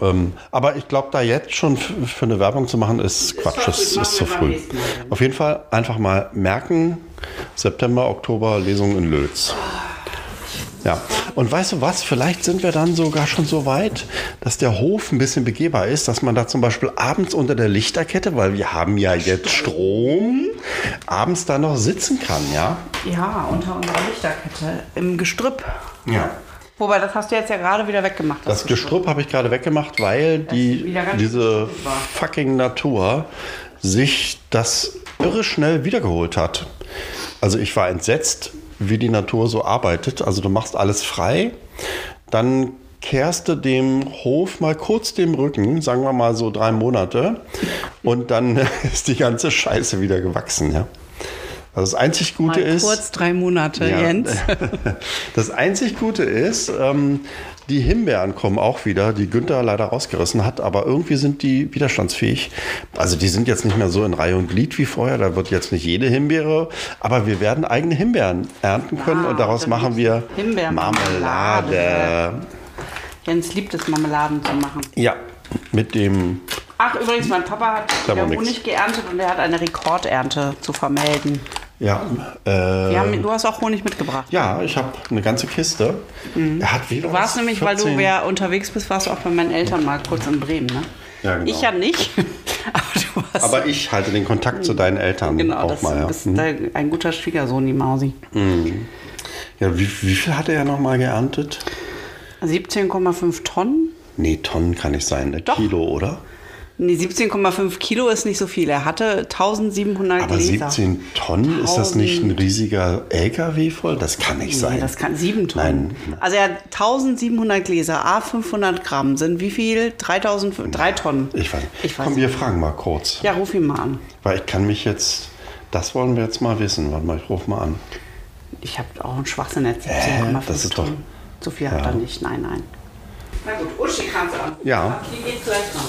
Speaker 1: Ähm, aber ich glaube, da jetzt schon f- für eine Werbung zu machen, ist Quatsch,
Speaker 2: doch gut,
Speaker 1: ist,
Speaker 2: machen
Speaker 1: ist zu
Speaker 2: wir beim
Speaker 1: früh.
Speaker 2: nächsten Mal.
Speaker 1: Auf jeden Fall einfach mal merken, September, Oktober, Lesung in Lötz. Ja, und weißt du was, vielleicht sind wir dann sogar schon so weit, dass der Hof ein bisschen begehbar ist, dass man da zum Beispiel abends unter der Lichterkette, weil wir haben ja jetzt Strom, abends da noch sitzen kann, ja?
Speaker 2: Ja, unter unserer Lichterkette im Gestrüpp.
Speaker 1: Ja.
Speaker 2: Wobei, das hast du jetzt ja gerade wieder weggemacht.
Speaker 1: Das Gestrüpp habe ich gerade weggemacht, weil die,
Speaker 2: wieder ganz
Speaker 1: diese
Speaker 2: gut war.
Speaker 1: fucking Natur sich das irre schnell wiedergeholt hat. Also ich war entsetzt, wie die Natur so arbeitet. Also du machst alles frei, dann kehrst du dem Hof mal kurz den Rücken, sagen wir mal so drei Monate, und dann ist die ganze Scheiße wieder gewachsen, ja. Also das einzig Gute
Speaker 2: Mal
Speaker 1: ist.
Speaker 2: kurz drei Monate,
Speaker 1: Ja.
Speaker 2: Jens.
Speaker 1: Das einzig Gute ist, ähm, die Himbeeren kommen auch wieder, die Günther leider rausgerissen hat, aber irgendwie sind die widerstandsfähig. Also die sind jetzt nicht mehr so in Reihe und Glied wie vorher, da wird jetzt nicht jede Himbeere, aber wir werden eigene Himbeeren ernten können
Speaker 2: Ah,
Speaker 1: und daraus
Speaker 2: dann
Speaker 1: machen wir
Speaker 2: Himbeermarmelade.
Speaker 1: Marmelade.
Speaker 2: Jens liebt es, Marmeladen zu machen.
Speaker 1: Ja, mit dem,
Speaker 2: Ach, übrigens, mein Papa hat
Speaker 1: Da war nix.
Speaker 2: wieder Honig geerntet und er hat eine Rekordernte zu vermelden.
Speaker 1: ja,
Speaker 2: Wir
Speaker 1: äh,
Speaker 2: haben, du hast auch Honig mitgebracht.
Speaker 1: ja, ich habe eine ganze Kiste. Er hat wieder
Speaker 2: Mhm. Du
Speaker 1: was
Speaker 2: warst nämlich, weil du
Speaker 1: 14
Speaker 2: wer unterwegs bist, warst du auch bei meinen Eltern mal kurz in Bremen, ne?
Speaker 1: Ja, genau.
Speaker 2: Ich ja nicht, aber du warst.
Speaker 1: aber ich halte den Kontakt zu deinen Eltern
Speaker 2: genau,
Speaker 1: auch
Speaker 2: das
Speaker 1: mal. ja. Mhm.
Speaker 2: bist dein- ein guter Schwiegersohn, die Mausi.
Speaker 1: Ja, wie, wie viel hat er ja nochmal geerntet?
Speaker 2: 17,5 Tonnen?
Speaker 1: Nee, Tonnen kann nicht sein. ne?
Speaker 2: Doch.
Speaker 1: Kilo, oder?
Speaker 2: Nee, 17,5 Kilo ist nicht so viel. Er hatte 1700
Speaker 1: Aber
Speaker 2: Gläser.
Speaker 1: 17 Tonnen, ist das nicht ein riesiger LKW voll? Das kann nicht
Speaker 2: Nee,
Speaker 1: sein.
Speaker 2: das kann sieben Tonnen.
Speaker 1: Nein, nein.
Speaker 2: Also er hat 1700 Gläser, a 500 Gramm sind wie viel? 3000, drei Tonnen.
Speaker 1: Ich weiß,
Speaker 2: Ich weiß
Speaker 1: Komm,
Speaker 2: nicht.
Speaker 1: wir fragen mal kurz.
Speaker 2: Ja, ruf ihn mal an.
Speaker 1: Weil ich kann mich jetzt, das wollen wir jetzt mal wissen. Warte mal, ich ruf mal an.
Speaker 2: Ich habe auch einen Schwachsinn erzählt.
Speaker 1: Hä?
Speaker 2: 17,5
Speaker 1: Äh, Das ist
Speaker 2: Tonnen. So viel hat
Speaker 1: Ja.
Speaker 2: er nicht. Nein, nein. Na gut, Uschi kannst du an.
Speaker 1: Ja.
Speaker 2: Die geht gleich ran.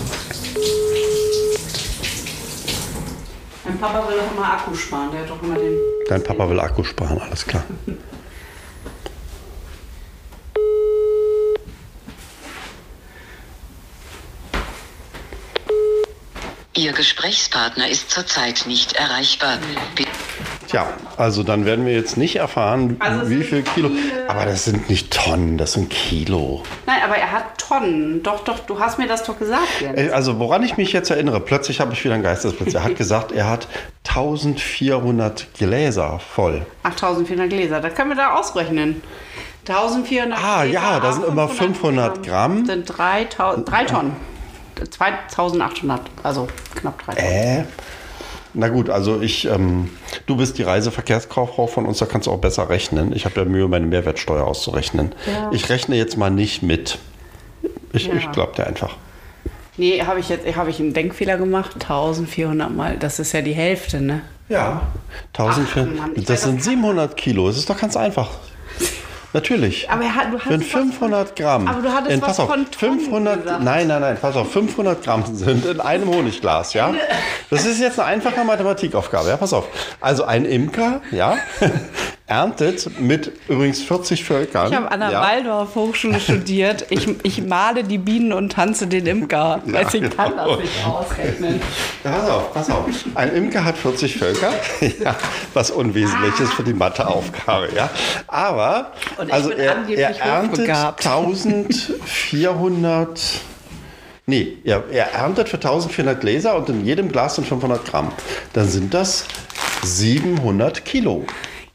Speaker 2: Mein Papa will doch immer Akku sparen. Der hat doch immer den.
Speaker 1: Dein Papa will Akku sparen, alles klar.
Speaker 3: Ihr Gesprächspartner ist zurzeit nicht erreichbar. Bi-
Speaker 1: Tja, also dann werden wir jetzt nicht erfahren,
Speaker 2: Also es
Speaker 1: wie
Speaker 2: sind
Speaker 1: viel Kilo.
Speaker 2: viele-
Speaker 1: Aber das sind nicht Tonnen, das sind Kilo.
Speaker 2: Nein, aber er hat Tonnen. Doch, doch, du hast mir das doch gesagt. Jens.
Speaker 1: Äh, Also woran ich mich jetzt erinnere, plötzlich habe ich wieder einen Geistesblitz. Er hat gesagt, er hat 1400 Gläser voll.
Speaker 2: 8400 Gläser, das können wir da ausrechnen. 1400
Speaker 1: Ah,
Speaker 2: Gläser,
Speaker 1: ja, da sind immer 500 Gramm. Äh,
Speaker 2: Sind 3, Tonnen. 2800, also knapp 3000.
Speaker 1: Äh? Na gut, also ich, ähm, du bist die Reiseverkehrskauffrau von uns, da kannst du auch besser rechnen. Ich habe ja Mühe, meine Mehrwertsteuer auszurechnen.
Speaker 2: Ja.
Speaker 1: Ich rechne jetzt mal nicht mit. Ich,
Speaker 2: Ja.
Speaker 1: ich glaube dir einfach.
Speaker 2: Nee, habe ich jetzt habe ich einen Denkfehler gemacht. 1400 mal, das ist ja die Hälfte, ne?
Speaker 1: Ja. 1000
Speaker 2: Ach,
Speaker 1: für,
Speaker 2: Mann, ich
Speaker 1: das
Speaker 2: weiß
Speaker 1: sind
Speaker 2: das-
Speaker 1: 700 Kilo, es ist doch ganz einfach. Natürlich.
Speaker 2: Aber er hat- du hattest
Speaker 1: Wenn
Speaker 2: was
Speaker 1: 500
Speaker 2: von-
Speaker 1: Gramm.
Speaker 2: aber du hattest
Speaker 1: in,
Speaker 2: was
Speaker 1: pass auf,
Speaker 2: von Tonnen
Speaker 1: 500,
Speaker 2: gesagt.
Speaker 1: Nein, nein, nein, pass auf, 500 Gramm sind in einem Honigglas, ja? Das ist jetzt eine einfache Mathematikaufgabe, ja? Pass auf. Also ein Imker, ja, erntet mit übrigens 40 Völkern.
Speaker 2: Ich habe an der
Speaker 1: ja?
Speaker 2: Waldorf Hochschule studiert. Ich, ich male die Bienen und tanze den Imker.
Speaker 1: Ja,
Speaker 2: Weiß ich kann
Speaker 1: genau.
Speaker 2: das nicht ausrechnen.
Speaker 1: Ja, pass auf, pass auf. Ein Imker hat 40 Völker, ja, was unwesentlich ist für die Matheaufgabe, ja. Aber,
Speaker 2: Ah. Und ich
Speaker 1: also
Speaker 2: bin
Speaker 1: er,
Speaker 2: angeblich
Speaker 1: er erntet
Speaker 2: hochbegabt.
Speaker 1: 1400, nee, er, er erntet für 1400 Gläser und in jedem Glas sind 500 Gramm. Dann sind das 700 Kilo.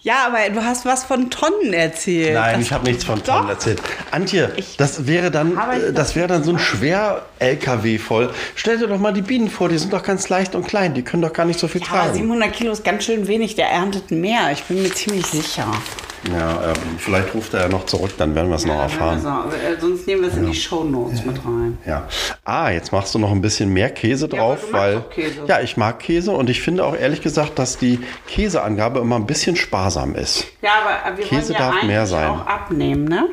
Speaker 2: Ja, aber du hast was von Tonnen erzählt.
Speaker 1: Nein,
Speaker 2: Das-
Speaker 1: ich habe nichts von Tonnen
Speaker 2: Doch.
Speaker 1: erzählt. Antje, das wäre dann,
Speaker 2: Aber ich- Ah.
Speaker 1: äh, das wäre dann so ein schwer LKW voll. Stell dir doch mal die Bienen vor, die sind doch ganz leicht und klein, die können doch gar nicht so viel
Speaker 2: Aber
Speaker 1: tragen.
Speaker 2: 700 Kilo ist ganz schön wenig. Der erntet mehr. Ich bin mir ziemlich sicher.
Speaker 1: Ja, ähm, vielleicht ruft er ja noch zurück, dann werden wir es noch erfahren.
Speaker 2: Also, äh, sonst nehmen wir es in die Shownotes mit rein.
Speaker 1: Ja. Ah, jetzt machst du noch ein bisschen mehr Käse
Speaker 2: Ja, aber
Speaker 1: drauf,
Speaker 2: du magst
Speaker 1: weil
Speaker 2: doch Käse.
Speaker 1: ja, ich mag Käse und ich finde auch ehrlich gesagt, dass die Käseangabe immer ein bisschen sparsam ist.
Speaker 2: Ja, aber äh, wir
Speaker 1: Käse
Speaker 2: wollen ja
Speaker 1: darf mehr
Speaker 2: eigentlich
Speaker 1: sein.
Speaker 2: auch abnehmen, ne?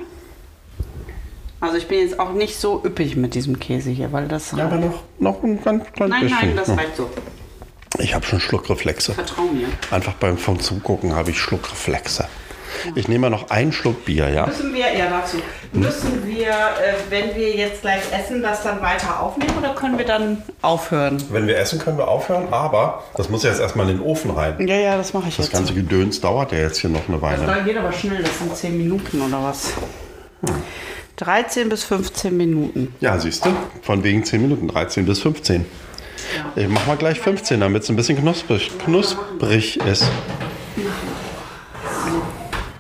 Speaker 2: Also ich bin jetzt auch nicht so üppig mit diesem Käse hier, weil das...
Speaker 1: Ja, aber noch, noch ein ganz klein
Speaker 2: nein,
Speaker 1: bisschen.
Speaker 2: nein, das
Speaker 1: Hm.
Speaker 2: reicht so.
Speaker 1: ich habe schon Schluckreflexe.
Speaker 2: Vertrau mir.
Speaker 1: Einfach beim vom Zugucken habe ich Schluckreflexe. Ich nehme mal noch einen Schluck Bier, ja?
Speaker 2: Müssen wir, ja dazu, müssen wir, äh, wenn wir jetzt gleich essen, das dann weiter aufnehmen oder können wir dann aufhören?
Speaker 1: Wenn wir essen, können wir aufhören, aber das muss jetzt erstmal in den Ofen rein.
Speaker 2: Ja, ja, das mache ich
Speaker 1: Das
Speaker 2: jetzt.
Speaker 1: ganze Gedöns dauert ja jetzt hier noch eine
Speaker 2: Das
Speaker 1: Weile.
Speaker 2: geht aber schnell, das sind 10 Minuten oder was? 13 bis 15 Minuten.
Speaker 1: Ja, siehst du, von wegen 10 Minuten, 13 bis 15. Ich mach mal gleich 15, damit es ein bisschen knusprig, knusprig ist.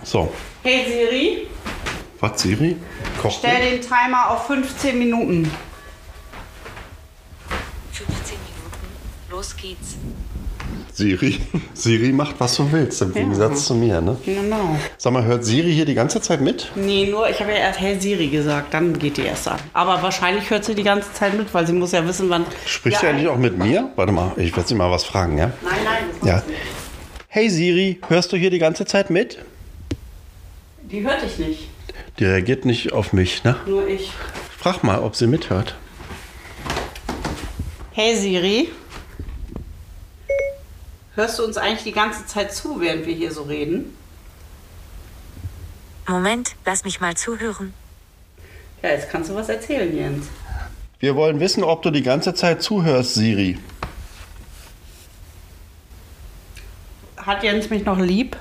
Speaker 1: So,
Speaker 2: Hey Siri,
Speaker 1: was, Siri? Kocht
Speaker 2: stell
Speaker 1: mit?
Speaker 2: den Timer auf 15 Minuten.
Speaker 4: 15 Minuten. Los geht's.
Speaker 1: Siri? Siri macht, was du willst, im Gegensatz zu mir, ne?
Speaker 2: Genau.
Speaker 1: Sag mal, hört Siri hier die ganze Zeit mit?
Speaker 2: Nee, nur ich habe ja erst Hey Siri gesagt, dann geht die erst an. Aber wahrscheinlich hört sie die ganze Zeit mit, weil sie muss ja wissen, wann.
Speaker 1: Spricht sie eigentlich auch mit mir? Warte mal, ich werde sie mal was fragen, ja?
Speaker 2: Nein, nein, das
Speaker 1: Ja. Hey Siri, hörst du hier die ganze Zeit mit?
Speaker 2: die hört ich nicht.
Speaker 1: Die reagiert nicht auf mich, ne?
Speaker 2: Nur ich.
Speaker 1: Frag mal, ob sie mithört.
Speaker 2: Hey Siri. Hörst du uns eigentlich die ganze Zeit zu, während wir hier so reden?
Speaker 4: Moment, lass mich mal zuhören.
Speaker 2: Ja, jetzt kannst du was erzählen, Jens.
Speaker 1: Wir wollen wissen, ob du die ganze Zeit zuhörst, Siri.
Speaker 2: Hat Jens mich noch lieb?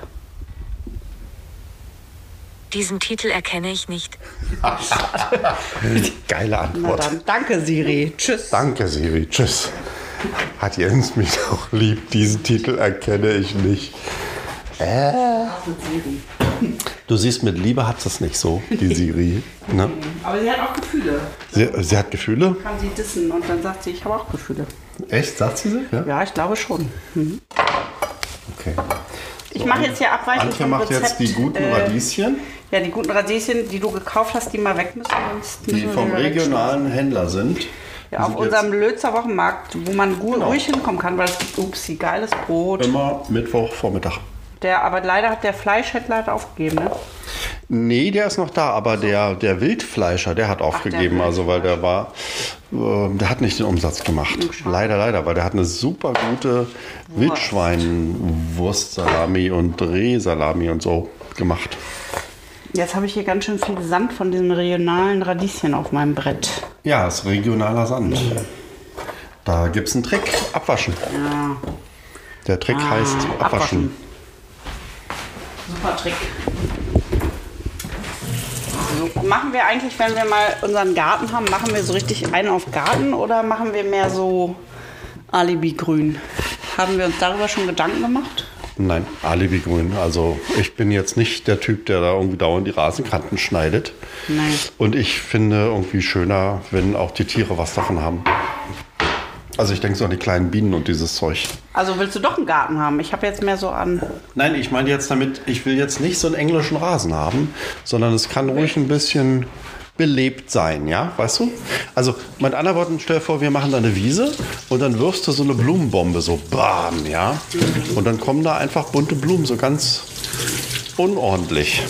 Speaker 4: Diesen Titel erkenne ich nicht.
Speaker 1: Geile
Speaker 2: Na
Speaker 1: Antwort.
Speaker 2: dann, danke Siri. Tschüss.
Speaker 1: Danke, Siri. Tschüss. Hat Jens mich auch lieb? Diesen Titel erkenne ich nicht. Äh. Du siehst, mit Liebe hat es nicht so, die Siri. Ne?
Speaker 2: Aber sie hat auch Gefühle.
Speaker 1: Sie, sie hat Gefühle.
Speaker 2: Kann sie dissen und dann sagt sie, ich habe auch Gefühle.
Speaker 1: Echt? Sagt sie sie?
Speaker 2: Ja, ich glaube schon.
Speaker 1: Okay.
Speaker 2: Ich mache jetzt hier Abweichung
Speaker 1: Antje
Speaker 2: vom
Speaker 1: macht jetzt
Speaker 2: Rezept,
Speaker 1: die guten
Speaker 2: äh,
Speaker 1: Radieschen,
Speaker 2: Ja, die guten Radieschen, die du gekauft hast, die mal weg müssen. sonst
Speaker 1: die
Speaker 2: müssen wir
Speaker 1: vom
Speaker 2: wieder
Speaker 1: regionalen Händler sind.
Speaker 2: Ja, auf
Speaker 1: Sind
Speaker 2: unserem Lötzer Wochenmarkt, wo man gut
Speaker 1: Genau.
Speaker 2: ruhig hinkommen kann, weil es gibt upsi, geiles Brot.
Speaker 1: jetzt immer Mittwochvormittag.
Speaker 2: Der, aber leider hat der Fleischhändler hat aufgegeben, ne?
Speaker 1: Nee, der ist noch da, aber der, der Wildfleischer, der hat aufgegeben,
Speaker 2: der
Speaker 1: also weil der war, ähm, der hat nicht den Umsatz gemacht. Leider, leider, weil der hat eine super gute Wildschweinwurstsalami und Rehsalami und so gemacht.
Speaker 2: Jetzt habe ich hier ganz schön viel Sand von diesen regionalen Radieschen auf meinem Brett.
Speaker 1: Ja, ist regionaler Sand. Da gibt es einen Trick. Abwaschen.
Speaker 2: Ja,
Speaker 1: Der Trick
Speaker 2: Ah,
Speaker 1: heißt abwaschen.
Speaker 2: abwaschen. super Trick. So, machen wir eigentlich, wenn wir mal unseren Garten haben, machen wir so richtig einen auf Garten oder machen wir mehr so Alibi-Grün? Haben wir uns darüber schon Gedanken gemacht?
Speaker 1: Nein, Alibi-Grün. Also ich bin jetzt nicht der Typ, der da irgendwie dauernd die Rasenkanten schneidet.
Speaker 2: Nein.
Speaker 1: Und ich finde irgendwie schöner, wenn auch die Tiere was davon haben. Also ich denke so an die kleinen Bienen und dieses Zeug.
Speaker 2: Also willst du doch einen Garten haben? Ich habe jetzt mehr so an.
Speaker 1: Nein, ich meine jetzt damit, ich will jetzt nicht so einen englischen Rasen haben, sondern es kann ruhig ein bisschen belebt sein, ja, weißt du? Also mit anderen Worten, stell dir vor, wir machen da eine Wiese und dann wirfst du so eine Blumenbombe, so bam, ja? Und dann kommen da einfach bunte Blumen, so ganz unordentlich.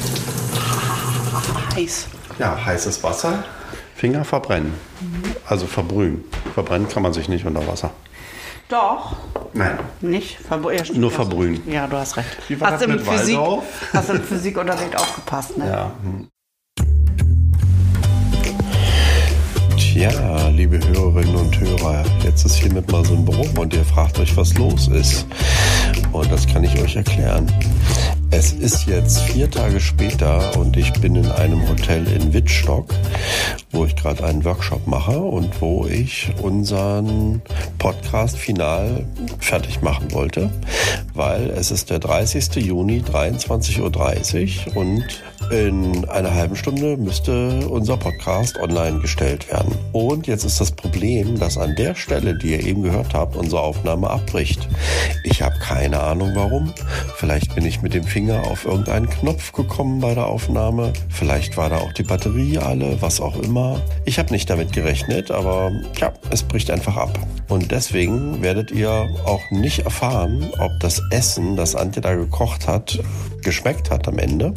Speaker 2: Heiß.
Speaker 1: Ja, heißes Wasser, Finger verbrennen, also verbrühen. Verbrennen kann man sich nicht unter Wasser.
Speaker 2: Doch.
Speaker 1: Nein.
Speaker 2: Nicht? Verbo ja, stimmt,
Speaker 1: Nur
Speaker 2: du hast
Speaker 1: verbrühen.
Speaker 2: recht. Ja, du hast recht.
Speaker 1: Wie war
Speaker 2: hast
Speaker 1: das
Speaker 2: im
Speaker 1: mit
Speaker 2: Physik,
Speaker 1: Waldorf?
Speaker 2: Hast im Physikunterricht aufgepasst, ne?
Speaker 1: Ja. hm. Tja, liebe Hörerinnen und Hörer, jetzt ist hiermit mal so ein Bruch und ihr fragt euch, was los ist. Und das kann ich euch erklären. Es ist jetzt vier Tage später und ich bin in einem Hotel in Wittstock, wo ich gerade einen Workshop mache und wo ich unseren Podcast final fertig machen wollte, weil es ist der 30. Juni 23.30 Uhr und in einer halben Stunde müsste unser Podcast online gestellt werden. Und jetzt ist das Problem, dass an der Stelle, die ihr eben gehört habt, unsere Aufnahme abbricht. Ich habe keine Ahnung warum. Vielleicht bin ich mit dem Finger auf irgendeinen Knopf gekommen bei der Aufnahme. Vielleicht war da auch die Batterie alle, was auch immer. Ich habe nicht damit gerechnet, aber ja, es bricht einfach ab. Und deswegen werdet ihr auch nicht erfahren, ob das Essen, das Antje da gekocht hat, geschmeckt hat am Ende.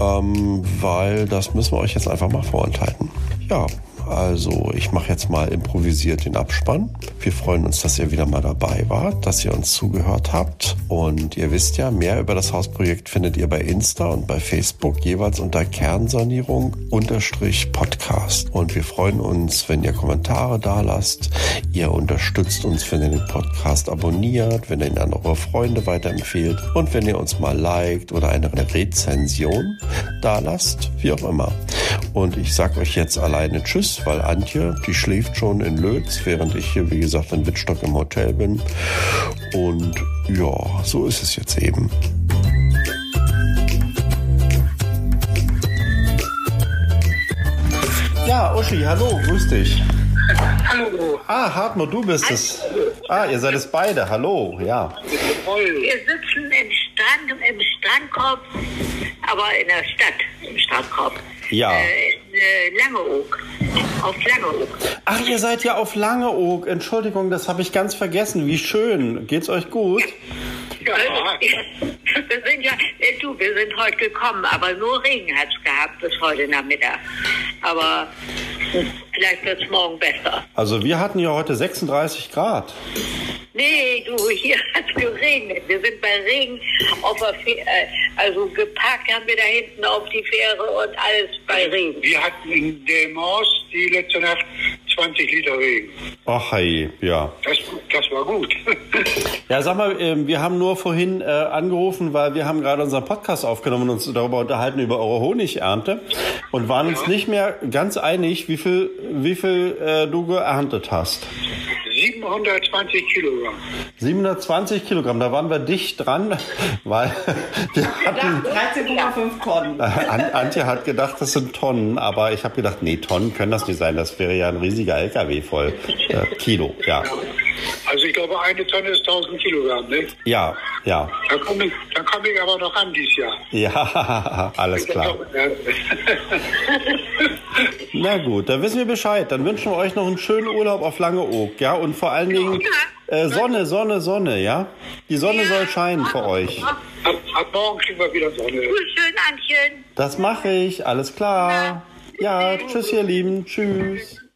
Speaker 1: Ähm, weil das müssen wir euch jetzt einfach mal vorenthalten. Ja, also ich mache jetzt mal improvisiert den Abspann. Wir freuen uns, dass ihr wieder mal dabei wart, dass ihr uns zugehört habt. Und ihr wisst ja, mehr über das Hausprojekt findet ihr bei Insta und bei Facebook jeweils unter Kernsanierung unterstrich Podcast. Und wir freuen uns, wenn ihr Kommentare da lasst. Ihr unterstützt uns, wenn ihr den Podcast abonniert, wenn ihr ihn an eure Freunde weiterempfehlt und wenn ihr uns mal liked oder eine Rezension da lasst, wie auch immer. Und ich sag euch jetzt alleine Tschüss, weil Antje, die schläft schon in Lötz, während ich hier, wie gesagt, in Wittstock im Hotel bin. Und ja, so ist es jetzt eben. Ja, Uschi, hallo, grüß dich.
Speaker 5: Hallo,
Speaker 1: Ah, Hartmut, du bist es. Ah, ihr seid es beide. Hallo, ja.
Speaker 5: Roll.
Speaker 6: Wir sitzen im Strand, im Strandkorb, aber in der Stadt, im Strandkorb.
Speaker 1: Ja.
Speaker 6: Äh, in äh, Langeoog. Auf Langeoog.
Speaker 1: Ach, ihr seid ja auf Langeoog. Entschuldigung, das habe ich ganz vergessen. Wie schön. Geht's euch gut?
Speaker 6: Ja. Wir sind ja, äh, du, wir sind heute gekommen, aber nur Regen hat es gehabt bis heute Nachmittag. Aber hm, vielleicht wird es morgen besser.
Speaker 1: Also wir hatten ja heute 36 Grad.
Speaker 6: Nee, du, hier hat es geregnet. Wir sind bei Regen auf der Fähre, äh, also geparkt haben wir da hinten auf die Fähre und alles bei Regen.
Speaker 5: Wir hatten in Demos die letzte Nacht 20 Liter Regen.
Speaker 1: Ach hey, ja.
Speaker 5: Das, das war gut.
Speaker 1: Ja, sag mal, ähm, wir haben nur vorhin äh, angerufen, weil wir haben gerade unseren Podcast aufgenommen und uns darüber unterhalten über eure Honigernte und waren uns nicht mehr ganz einig, wie viel, wie viel äh, du geerntet hast.
Speaker 5: 720 Kilogramm.
Speaker 1: 720 Kilogramm, da waren wir dicht dran, weil wir hatten
Speaker 2: 13,5 Tonnen.
Speaker 1: An- Antje hat gedacht, das sind Tonnen, aber ich habe gedacht, nee, Tonnen können das nicht sein. Das wäre ja ein riesiger LKW voll. Äh, Kilo, ja.
Speaker 5: Also ich glaube, eine Tonne ist 1000 Kilogramm. Ne?
Speaker 1: Ja, ja.
Speaker 5: Da komme ich, da komm ich aber noch an dieses Jahr.
Speaker 1: Ja, alles klar.
Speaker 5: Ja.
Speaker 1: Na gut, dann wissen wir Bescheid. Dann wünschen wir euch noch einen schönen Urlaub auf Langeoog, ja? Und vor allen Dingen äh, Sonne, Sonne, Sonne, ja? Die Sonne soll scheinen für euch.
Speaker 5: ab, ab morgen kriegen wir wieder Sonne.
Speaker 6: Du schön, Antchen.
Speaker 1: Das mache ich, alles klar. Ja, tschüss, ihr Lieben. Tschüss.